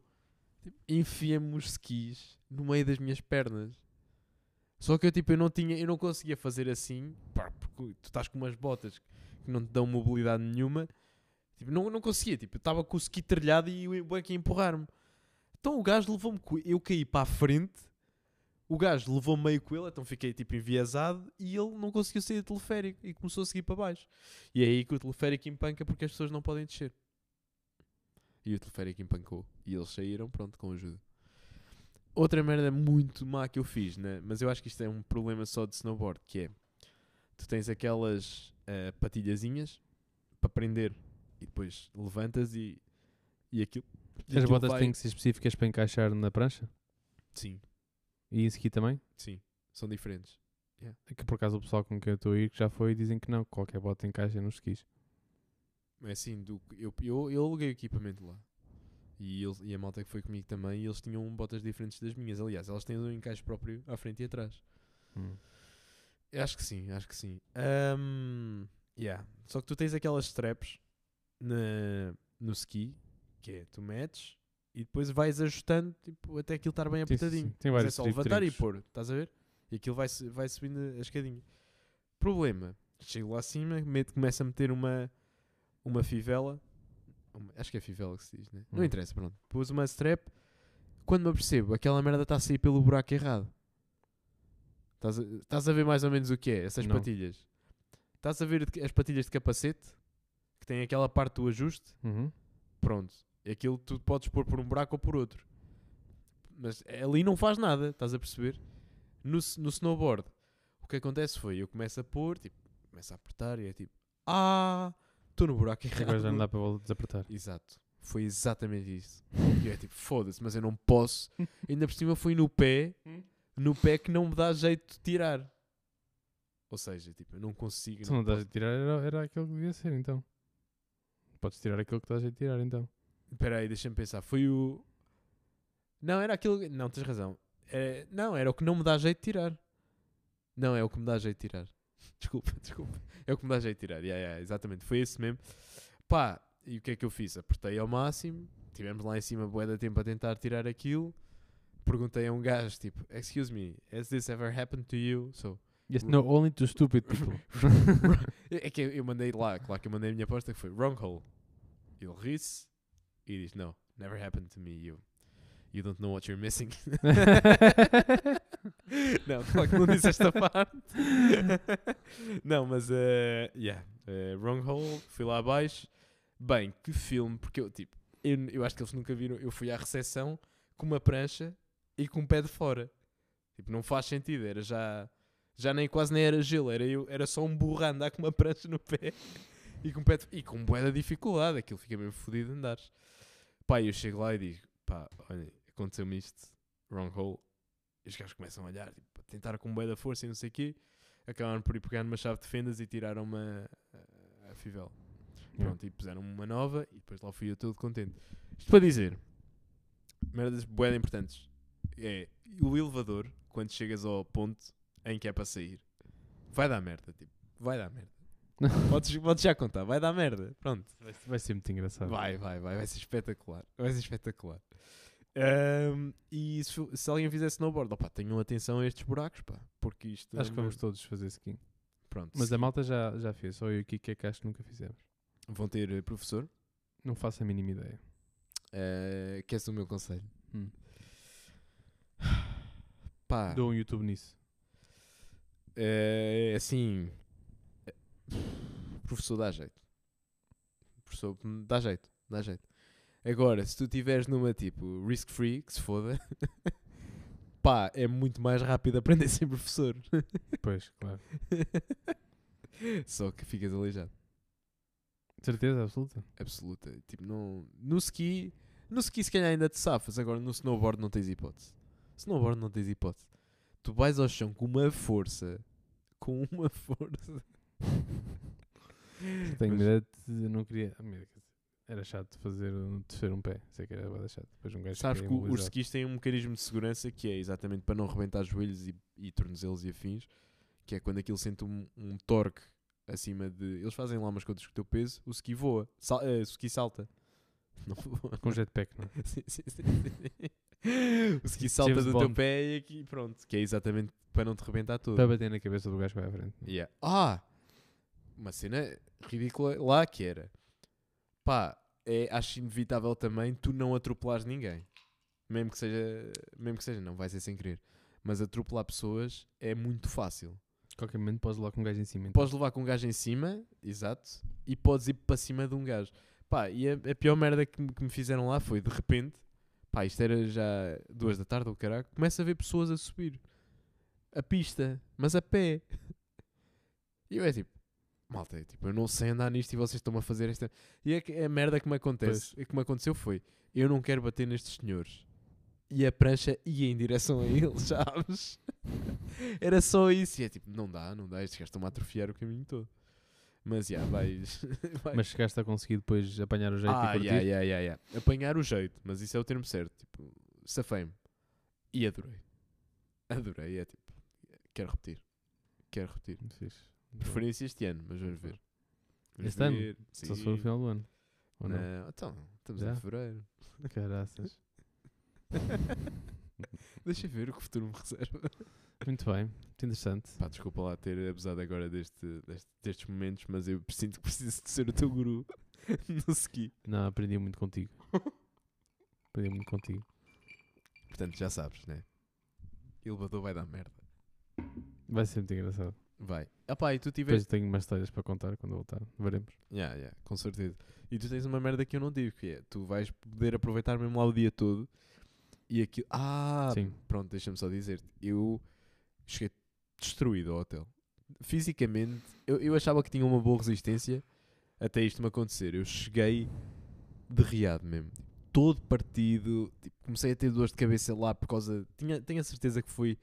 B: tipo, enfia-me os skis no meio das minhas pernas. Só que eu tipo, eu não tinha, eu não conseguia fazer assim, pá, porque tu estás com umas botas que não te dão mobilidade nenhuma. Tipo, não, não conseguia, tipo, eu estava com o ski trilhado e o bueco a empurrar-me. Então o gajo levou-me, co- eu caí para a frente o gajo levou meio com ele, então fiquei tipo enviesado e ele não conseguiu sair do teleférico e começou a seguir para baixo. E é aí que o teleférico empanca porque as pessoas não podem descer. E o teleférico empancou. E eles saíram, pronto, com ajuda. Outra merda muito má que eu fiz, né? mas eu acho que isto é um problema só de snowboard, que é tu tens aquelas eh, patilhazinhas para prender e depois levantas e, e aquilo. e
A: As
B: aquilo
A: botas
B: vai-
A: têm que ser específicas para encaixar na prancha?
B: Sim,
A: E isso aqui também?
B: sim, são diferentes.
A: É que por acaso o pessoal com quem eu estou a ir que já foi dizem que não, que qualquer bota encaixa nos skis.
B: É assim, do, eu, eu, eu aluguei o equipamento lá. E, eles, e a malta que foi comigo também, e eles tinham botas diferentes das minhas. Aliás, elas têm um encaixe próprio à frente e atrás.
A: Hum.
B: Acho que sim, acho que sim. Ahm, yeah. Só que tu tens aquelas straps na, no ski, que é tu metes e depois vais ajustando tipo, até aquilo estar bem
A: Sim, sim,
B: apertadinho.
A: sim. Tem
B: Mas
A: vários
B: é só
A: tri-
B: levantar e
A: tricos.
B: pôr, estás a ver? E aquilo vai, su- vai subindo a escadinha. Problema. Chego lá acima, meto, começo a meter uma, uma fivela. Uma- acho que é fivela que se diz, né? Não
A: Hum.
B: interessa, pronto. Pus uma strap. Quando me apercebo, aquela merda está a sair pelo buraco errado. Estás a, estás a ver mais ou menos o que é, essas
A: Não.
B: patilhas. Estás a ver de- as patilhas de capacete, que tem aquela parte do ajuste.
A: Uhum.
B: Pronto. Aquilo tu podes pôr por um buraco ou por outro. Mas ali não faz nada, estás a perceber? No, s- no snowboard, o que acontece foi, eu começo a pôr, tipo, começo a apertar e é tipo, ah, estou no buraco
A: Agora
B: errado.
A: já não dá para vol- desapertar.
B: Exato. Foi exatamente isso. E eu é tipo, foda-se, mas eu não posso. Ainda por cima fui no pé, no pé que não me dá jeito de tirar. Ou seja, tipo, eu não consigo.
A: Se não
B: posso.
A: dás a tirar, era, era aquilo que devia ser, então. Podes tirar aquilo que estás a tirar, então.
B: Espera aí, deixa-me pensar. Foi o. Não, era aquilo. Não, tens razão. É- Não, era o que não me dá jeito de tirar. Não, é o que me dá jeito de tirar. (laughs) Desculpa, desculpa. É o que me dá jeito de tirar. Yeah, yeah, exatamente, foi esse mesmo. Pá, e o que é que eu fiz? Apertei ao máximo. Tivemos lá em cima bué da tempo a tentar tirar aquilo. Perguntei a um gajo, tipo, excuse me, has this ever happened to you? So,
A: Yes, no, only to stupid people.
B: (laughs) é que eu eu mandei lá, claro que eu mandei a minha aposta que foi wrong hole. Ele ri-se e diz: No, never happened to me. You, you don't know what you're missing. não, claro que não disse esta (laughs) parte. não, mas, eh, yeah, eh, wrong hole. Fui lá abaixo. Bem, que filme, porque eu, tipo, eu, eu acho que eles nunca viram. Eu fui à recepção com uma prancha e com um pé de fora. Tipo, não faz sentido. Era já. Já nem quase nem era gelo, era, eu, era só um burro a andar com uma prancha no pé (laughs) e com, um pé de- e com bué da dificuldade. Aquilo fica mesmo fodido de andar. Pá, e eu chego lá e digo: pá, olha, aconteceu-me isto, wrong hole. E os gajos começam a olhar, tipo, tentaram com bué da força e não sei o quê. Acabaram por ir pegar numa chave de fendas e tiraram uma a, a fivela. Pronto, e puseram uma nova e depois lá fui eu todo contente. Isto para dizer, merdas bué de importantes. É o elevador, quando chegas ao ponto em que é para sair, vai dar merda, tipo, vai dar merda. Podes, podes já contar, vai dar merda. Pronto.
A: Vai, (laughs) vai ser muito engraçado.
B: Vai, vai, vai, vai ser espetacular. Vai ser espetacular. Ahm, e se, fo- se alguém fizer snowboard, opá, tenham atenção a estes buracos, pá, porque isto. é
A: Acho que
B: uma-
A: vamos todos fazer skin.
B: Pronto,
A: Mas é
B: se-
A: a malta já, já fez, só eu e o Kiko é que acho que nunca fizemos.
B: vão ter eh, professor.
A: Não faço a mínima ideia.
B: eh, que esse é o meu conselho.
A: Hum.
B: Pá,
A: Dou um YouTube nisso.
B: eh, assim. eh, Professor dá jeito. Professor hum, dá jeito, dá jeito. Agora, se tu tiveres numa tipo risk-free, que se foda, (laughs) pá, é muito mais rápido aprender sem professor. (laughs)
A: Pois, (laughs) claro.
B: Só que ficas aleijado.
A: Certeza absoluta.
B: Absoluta. Tipo, não... No ski, no ski se calhar ainda te safas. Agora no snowboard não tens hipótese. Snowboard não tens hipótese. Tu vais ao chão com uma força. Com uma força.
A: Tenho
B: Mas-
A: medo de. Não queria. ah, medo, quer dizer, Era chato de fazer um, descer um pé. Sei que era bué da chato. Depois um gajo
B: Sabes
A: fica
B: que o- os
A: imobilizado.
B: skis têm um mecanismo de segurança que é exatamente para não rebentar joelhos e, e tornozelos e afins, que é quando aquilo sente um, um torque acima de. Eles fazem lá umas contas com o teu peso, o ski voa, sal- eh, o ski salta. (laughs) Não voa.
A: Com jetpack, não é?
B: (laughs) Sim, sim, sim, sim. o ski salta
A: James
B: do teu
A: Bond.
B: pé e aqui pronto. Que é exatamente para não te rebentar tudo.
A: Para bater na cabeça do gajo que vai à frente.
B: Yeah. Ah! Uma cena ridícula lá que era. Pá, é, acho inevitável também tu não atropelares ninguém. Mesmo que seja. Mesmo que seja, não vai ser sem querer. Mas atropelar pessoas é muito fácil.
A: Qualquer momento podes levar com um gajo em cima. então.
B: Podes levar com um gajo em cima, exato, e podes ir para cima de um gajo. Pá, e a, a pior merda que me, que me fizeram lá foi, de repente, pá, isto era já duas da tarde ou caralho, começa a ver pessoas a subir a pista, mas a pé. E eu é tipo, malta, é tipo, eu não sei andar nisto e vocês estão a fazer esta. E é que a merda que me acontece, que me aconteceu foi, eu não quero bater nestes senhores. E a prancha ia em direção a eles, (laughs) sabes? Era só isso. E é tipo, não dá, não dá. Estes gajos estão-me a atrofiar o caminho todo. Mas, já, vais... vai- (laughs)
A: Mas chegaste a conseguir depois apanhar o jeito e
B: ah,
A: curtir.
B: yeah, yeah, yeah, yeah. Apanhar o jeito, mas isso é o termo certo. Tipo, safei-me. E adorei. Adorei, é tipo... Quero repetir. Quero repetir.
A: Muito fixe. Muito bom.
B: Preferência este ano, mas vamos ver. Vamos
A: Este ano?
B: ver. Sim.
A: Só se for no final do ano. Ou não?
B: Não, Então, estamos
A: Já?
B: em
A: (laughs)
B: fevereiro.
A: Caraças.
B: Deixa ver o que o futuro me reserva.
A: Muito bem. Muito interessante.
B: Pá, desculpa lá ter abusado agora deste, deste- destes momentos, mas eu sinto que preciso de ser o teu guru (laughs) no ski.
A: Não, aprendi muito
B: (laughs)
A: contigo. aprendi muito contigo.
B: Portanto, já sabes, né? Elevador vai dar merda.
A: Vai ser muito engraçado.
B: Vai. Ah pá, e tu
A: Depois
B: tiveste.
A: tenho mais histórias para contar quando voltar. Veremos.
B: Yeah, yeah, com certeza. E tu tens uma merda que eu não tive, que é tu vais poder aproveitar mesmo lá o dia todo e aquilo. Ah,
A: Sim.
B: pronto, deixa-me só dizer-te. Eu cheguei destruído ao hotel. Fisicamente, eu, eu achava que tinha uma boa resistência até isto me acontecer. Eu cheguei derriado mesmo. tipo, Todo partido. Tipo, comecei a ter dores de cabeça lá por causa. Tinha, tenho a certeza que foi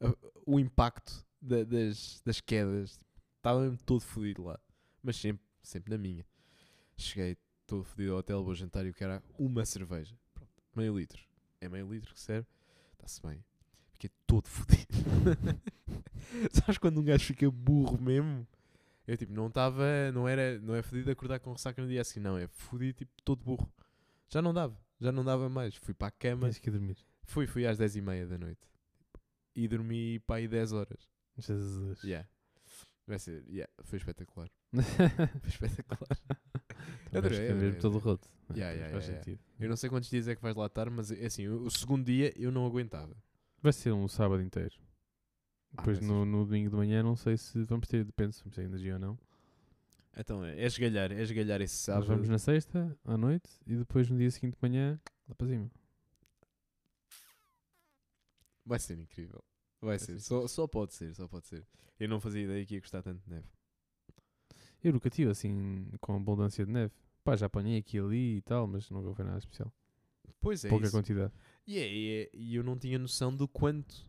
B: uh, o impacto da- das, das quedas. Estava Tá mesmo todo fodido lá. Mas sempre, sempre na minha. Cheguei todo fodido ao hotel, vou jantar e o que era uma cerveja. Pronto, meio litro. É meio litro que serve. Está-se bem. Fiquei todo fodido. (laughs) Sabes quando um gajo fica burro mesmo? Eu tipo, não estava, não era, não é fodido acordar com ressaca no dia assim, não, é fodido tipo todo burro. Já não dava, já não dava mais. Fui para a cama,
A: Tens que ir dormir.
B: fui, fui às 10 e meia da noite. E dormi para aí 10 horas.
A: Jesus. (laughs)
B: Yeah. Vai ser, yeah, foi espetacular. Foi
A: Mas
B: (laughs) espetacular. Adorei,
A: que é mesmo
B: adorei,
A: todo
B: adorei.
A: roto.
B: Yeah,
A: Pois faz
B: yeah, yeah, yeah.
A: sentido.
B: Eu não sei quantos dias é que vais lá estar, mas é assim, o o segundo dia eu não aguentava.
A: Vai ser um sábado inteiro.
B: Ah,
A: Depois
B: vai ser-
A: no, no domingo de manhã não sei se vamos ter, depende se vamos ter energia ou não.
B: Então é, é esgalhar, é esgalhar esse
A: Nós
B: sábado.
A: vamos na sexta à noite e depois no dia seguinte de manhã lá para cima.
B: Vai ser incrível. Vai ser.
A: ser
B: Só, só pode ser, só pode ser. Eu não fazia ideia que ia gostar tanto de neve.
A: Eu nunca tive assim com abundância de neve. Pá, já apanhei aqui e ali e tal, mas nunca foi nada especial.
B: Pois é.
A: Pouca
B: isso.
A: quantidade.
B: E é- e é- e eu não tinha noção do quanto.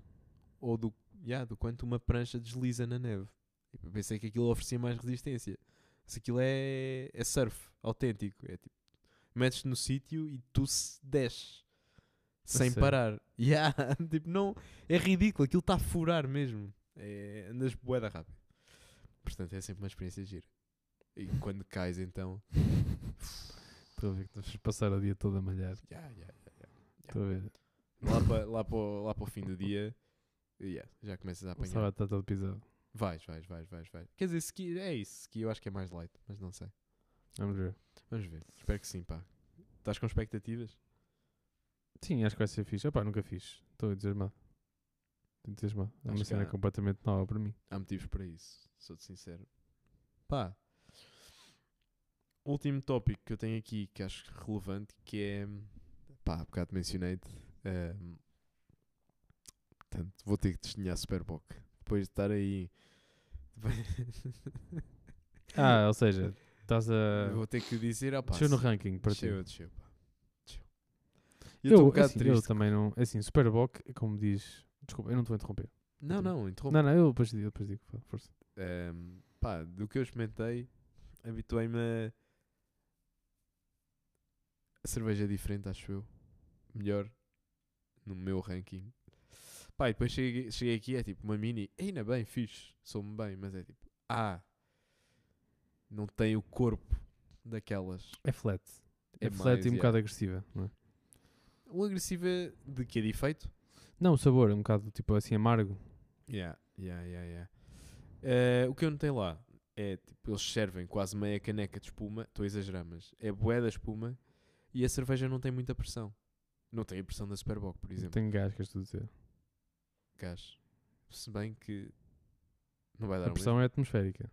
B: Ou do, yeah, do quanto uma prancha desliza na neve. Eu pensei que aquilo oferecia mais resistência. Mas aquilo é, é surf autêntico. É tipo, metes no sítio e tu se desces. Sem
A: sério?
B: parar. (laughs) Yeah, tipo, não, é ridículo. Aquilo está a furar mesmo. É, andas boeda rápido. Portanto, é sempre uma experiência gira. E quando cais, então.
A: Estou a ver que estás a passar o dia todo a malhar.
B: Yeah, yeah, yeah, yeah.
A: Estou a ver.
B: Lá para lá o lá para o fim do dia, yeah, já começas
A: (laughs) O
B: a apanhar.
A: sábado está todo pisado.
B: Vais, vais, vais, vais, vais. Quer dizer, ski, é isso. Ski eu acho que é mais light, mas não sei.
A: Vamos ver.
B: Vamos ver. Espero que sim, pá. Estás com expectativas?
A: Sim, acho que vai ser fixe. Opá, nunca fiz. Estou entusiasmado. Estou entusiasmado. É
B: Acho que
A: uma cena
B: há-
A: completamente nova para mim.
B: Há motivos para isso, sou-te sincero. Pá. Último tópico que eu tenho aqui que acho relevante, que é. Pá, há bocado mencionei-te. ehm, portanto, vou ter que desenhar Superboc. Depois de estar aí.
A: Ah, ou
B: (laughs)
A: seja, estás a.
B: Vou ter que dizer, ah pá,
A: Desceu no
B: se-
A: ranking para ti.
B: desceu, desceu, pá. Desceu. E
A: Eu,
B: eu estou um
A: é
B: bocado
A: assim, eu
B: triste.
A: também não. é Assim, Superboc, como diz. Desculpa, eu não estou a interromper.
B: Não, não, interrompe.
A: Não, não, eu depois digo, eu depois digo. fa- Força.
B: Ehm, pá, do que eu experimentei, habituei-me a... a cerveja diferente, acho eu. Melhor no meu ranking. Pá, e depois cheguei, cheguei aqui, é tipo uma mini. Ainda bem, fixe, sou-me bem, mas é tipo, ah, não tem o corpo daquelas.
A: É flat. É,
B: É
A: flat
B: mais,
A: e um
B: yeah.
A: bocado agressiva. Não, é?
B: O agressivo é de que é defeito?
A: não, o sabor é um bocado tipo assim amargo.
B: Yeah, yeah, yeah, yeah. Eh, o que eu notei lá é tipo, eles servem quase meia caneca de espuma, estou a exagerar, mas é bué da espuma e a cerveja não tem muita pressão. Não tem a pressão da Superboc, por exemplo.
A: Tem gás, queres tu dizer?
B: Gás. Se bem que não vai dar
A: A
B: um
A: pressão é atmosférica.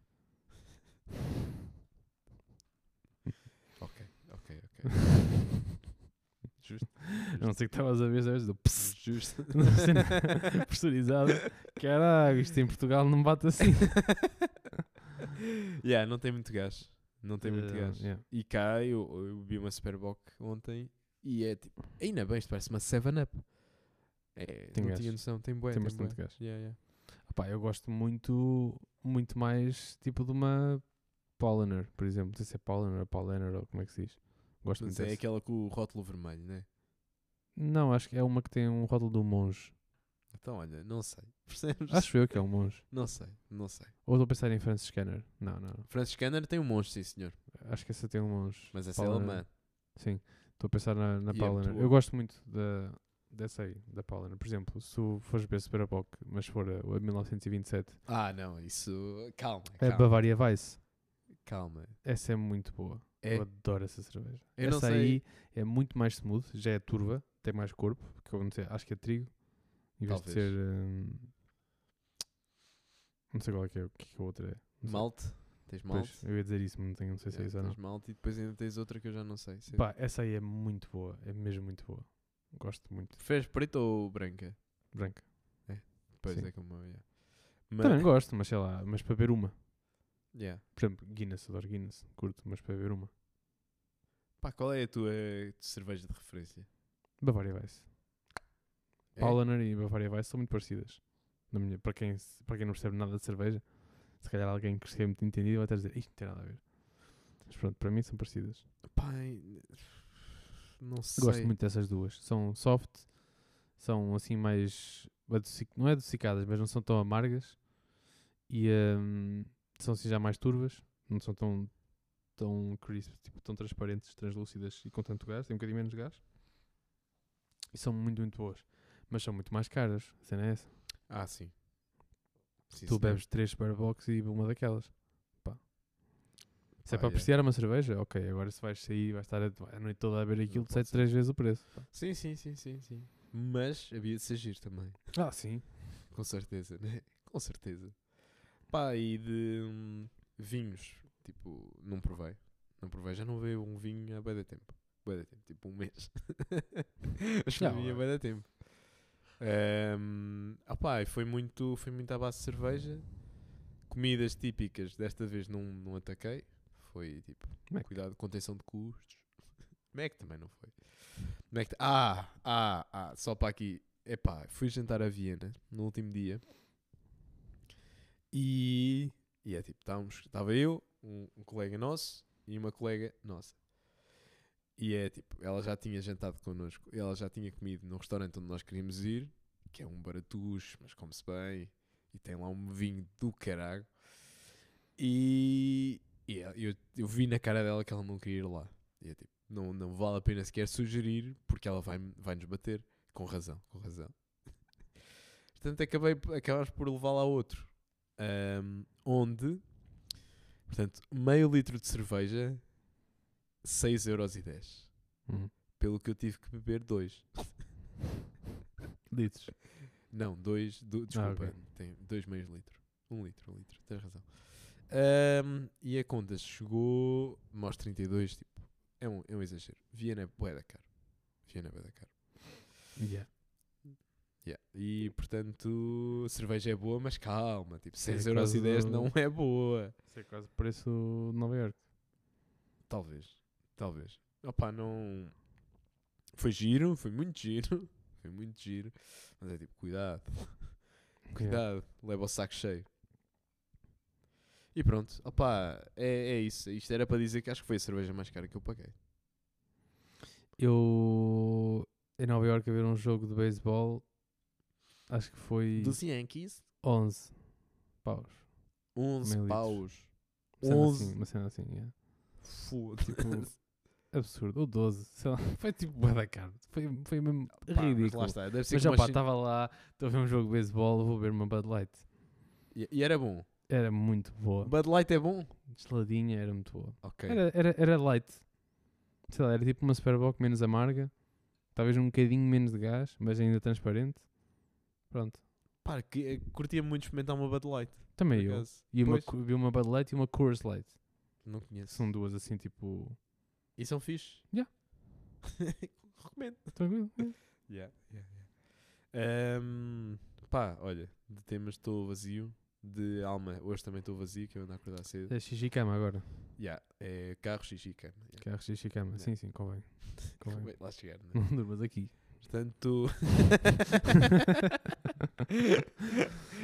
B: Ok, ok, ok. (laughs) (laughs) Justo.
A: A não ser que estavas a ver, sabes? do pss,
B: Justo.
A: (laughs) uma cena pressurizada. Caralho, isto em Portugal não bate assim.
B: yeah, não tem muito gás. Não (laughs) tem muito
A: Eh,
B: gás.
A: yeah.
B: E cá eu, eu bebi uma Superboc ontem e é tipo, ainda bem, isto parece uma 7-Up. É,
A: Tem
B: não
A: gás.
B: tinha noção, tem bué,
A: Tem
B: tem,
A: bastante
B: bué.
A: gás.
B: Yeah, yeah.
A: Pá, eu gosto muito, muito mais tipo de uma Paulaner, por exemplo. Não sei se é Paulaner ou Paulaner ou como é que se diz. Gosto
B: Mas
A: muito
B: é
A: dessa.
B: aquela com o rótulo vermelho, né?
A: Não, acho que é uma que tem um rótulo do um monge.
B: Então, olha, não sei. (laughs) Percebes?
A: Acho eu que é um monge.
B: Não sei, não sei.
A: Ou estou a pensar em Francis Scanner. Não, não. não.
B: Francis Scanner tem um monstro, sim, senhor.
A: Acho que essa tem um monge.
B: Mas essa é
A: Paula-
B: alemã.
A: Sim. Estou a pensar na, na
B: E é
A: Paula.
B: muito
A: Nerr.
B: boa.
A: eu gosto muito da, dessa aí, da Paula. Nerr. Por exemplo, se tu fores ver Superboc, mas for a, a 1927,
B: Ah, não, isso. Calma,
A: é
B: calma.
A: Bavaria Weiss.
B: calma.
A: Essa é muito boa.
B: É?
A: Eu adoro essa cerveja.
B: Eu não
A: essa
B: sei.
A: aí é muito mais smooth, já é turva, tem mais corpo, que eu não sei, acho que é trigo. Em vez de
B: Talvez.
A: ser. hum, não sei qual é que é, o que que a outra é. Não sei.
B: Malte. Tens malte.
A: Pois, eu ia dizer isso, mas não, tenho, não sei se é
B: Yeah,
A: isso ou não.
B: tens malte e depois ainda tens outra que eu já não sei. se-
A: Pá, essa aí é muito boa, é mesmo muito boa. Gosto muito.
B: Preferes preta ou branca?
A: Branca.
B: Pois
A: Sim.
B: é como eu. Yeah.
A: Também gosto, mas sei lá, mas para ver uma.
B: Yeah.
A: Por exemplo, Guinness, adoro Guinness, curto, mas para ver uma.
B: Pá, qual é a tua cerveja de referência?
A: Bavaria Weiss.
B: É?
A: Paulaner e Bavaria Weiss são muito parecidas. Na minha, para, quem, se- para quem não percebe nada de cerveja, se calhar alguém que seja muito entendido vai até dizer isto não tem nada a ver. Mas pronto, para mim são parecidas.
B: Pá, em- não sei.
A: Gosto muito dessas duas. São soft, são assim mais. adocic- Não é adocicadas, mas não são tão amargas. E hum, são assim já mais turvas. Não são tão, tão crisp, tipo, tão transparentes, translúcidas e com tanto gás. Tem um bocadinho menos gás. E são muito, muito boas. Mas são muito mais caras. A cena é essa.
B: Ah, sim. Sim,
A: tu
B: senhor.
A: bebes três Superbox e uma daquelas. Pá. Se é
B: Pá,
A: para
B: é.
A: apreciar uma cerveja, ok. Agora se vais sair, vais estar a, a noite toda a beber aquilo,
B: pode
A: sai
B: ser.
A: três vezes o preço.
B: Sim, sim, sim, sim, sim. Mas havia de ser giro também.
A: Ah, sim.
B: (laughs) Com certeza, né? Com certeza. Pá, e de hum, vinhos, tipo, não provei. Não provei, já não veio um vinho há bem tempo. Bué da tempo, tipo um mês. (laughs) Mas para
A: Não,
B: mim há
A: é.
B: bué da tempo. Hum, opá, e foi muito, foi muito à base de cerveja. Comidas típicas, desta vez não, não ataquei. Foi tipo,
A: Mac.
B: cuidado, contenção de custos. (laughs) Mac também não foi. Mac, ah, ah, ah, só para aqui. Epá, fui jantar a Viena no último dia. E, e é tipo, estávamos, estava eu, um, um colega nosso e uma colega nossa. E é tipo, ela já tinha jantado connosco, ela já tinha comido no restaurante onde nós queríamos ir, que é um baratucho, mas come-se bem, e tem lá um vinho do caralho. E, e ela- eu, eu vi na cara dela que ela não queria ir lá. E é tipo, não, não vale a pena sequer sugerir, porque ela vai, vai nos bater. Com razão, com razão. Portanto, acabei, acabamos por levá-la a outro. Ahm, onde, portanto, meio litro de cerveja, 6,10€.
A: Uhum.
B: Pelo que eu tive que beber dois.
A: Litros.
B: Não, dois, du- desculpa,
A: ok.
B: tem dois meios litro. Um litro, um litro, tens razão. Ahm, e a conta chegou, mais 32, tipo, é um, é um exagero. Viena é bué da caro. Viena é bué da caro.
A: Yeah.
B: Yeah. E portanto, a cerveja é boa, mas calma, tipo,
A: Sim, é
B: 6,10€
A: quase o-
B: não é boa.
A: Isso é quase preço de Nova York.
B: Talvez, talvez. Opa, não. Foi giro, foi muito giro, (laughs) foi muito giro, mas é tipo, cuidado. Cuidado, leva o saco cheio. E pronto, opá, é, é isso. Isto era para dizer que acho que foi a cerveja mais cara que eu paguei.
A: Eu em Nova York a ver um jogo de beisebol, acho que foi
B: Dos Yankees,
A: 11 paus.
B: 11
A: Meio litro.
B: paus.
A: Uma cena
B: 11.
A: assim, uma cena assim, yeah.
B: Foda-se.
A: Tipo, absurdo. Ou 12, sei lá. (laughs) Foi tipo bué da cara. Foi, foi mesmo
B: Ah, Pá, mas
A: ridículo.
B: Lá
A: Mas,
B: está, deve ser que
A: já
B: uma
A: pá,
B: chi-
A: estava lá, estou a ver um jogo de beisebol, vou beber uma Bud Light.
B: E, e era bom.
A: Era muito boa.
B: Bud Light é bom?
A: Geladinha, era muito boa.
B: Ok.
A: Era, era, era light. Sei lá, era tipo uma Superboc menos amarga. Talvez um bocadinho menos de gás, mas ainda transparente. Pronto.
B: Pá, que, eh, curtia muito experimentar uma Bud Light. por
A: Também eu.
B: acaso.
A: E uma,
B: Pois,
A: Cu- vi uma Bud Light e uma Coors Light.
B: Não conheço.
A: São duas assim, tipo...
B: E são fixe?
A: Yeah.
B: (laughs) Recomendo.
A: Tranquilo.
B: Yeah, yeah, yeah. Ahm, pá, olha, de temas estou vazio. De alma, hoje também estou vazio, que eu ando a acordar
A: (laughs)
B: cedo.
A: É xixi cama agora.
B: Yeah, é carro, xixi, cama. yeah.
A: Carro xixi cama.
B: Não.
A: Sim, sim, convém.
B: Como
A: (laughs)
B: é
A: convém.
B: que lá chegar, né?
A: Não durmas
B: (laughs)
A: aqui. (laughs)
B: Portanto.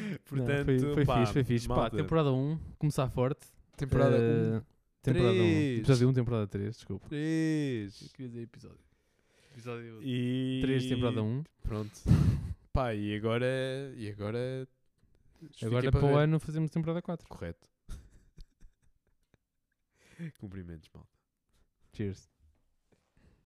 A: Não,
B: Portanto,
A: foi, foi
B: pá,
A: fixe, foi fixe. Pá,
B: malta,
A: temporada 1, começar forte.
B: temporada um.
A: Eh, temporada 1.
B: Três.
A: Episódio 1, temporada 3, desculpa.
B: 3.
A: queria dizer episódio. Episódio
B: E.
A: 3, temporada 1.
B: Pronto. Pá, e agora. E agora. fiquei
A: Agora para o
B: ver.
A: ano fazemos temporada 4.
B: Correto. (laughs) Cumprimentos, mal.
A: Cheers.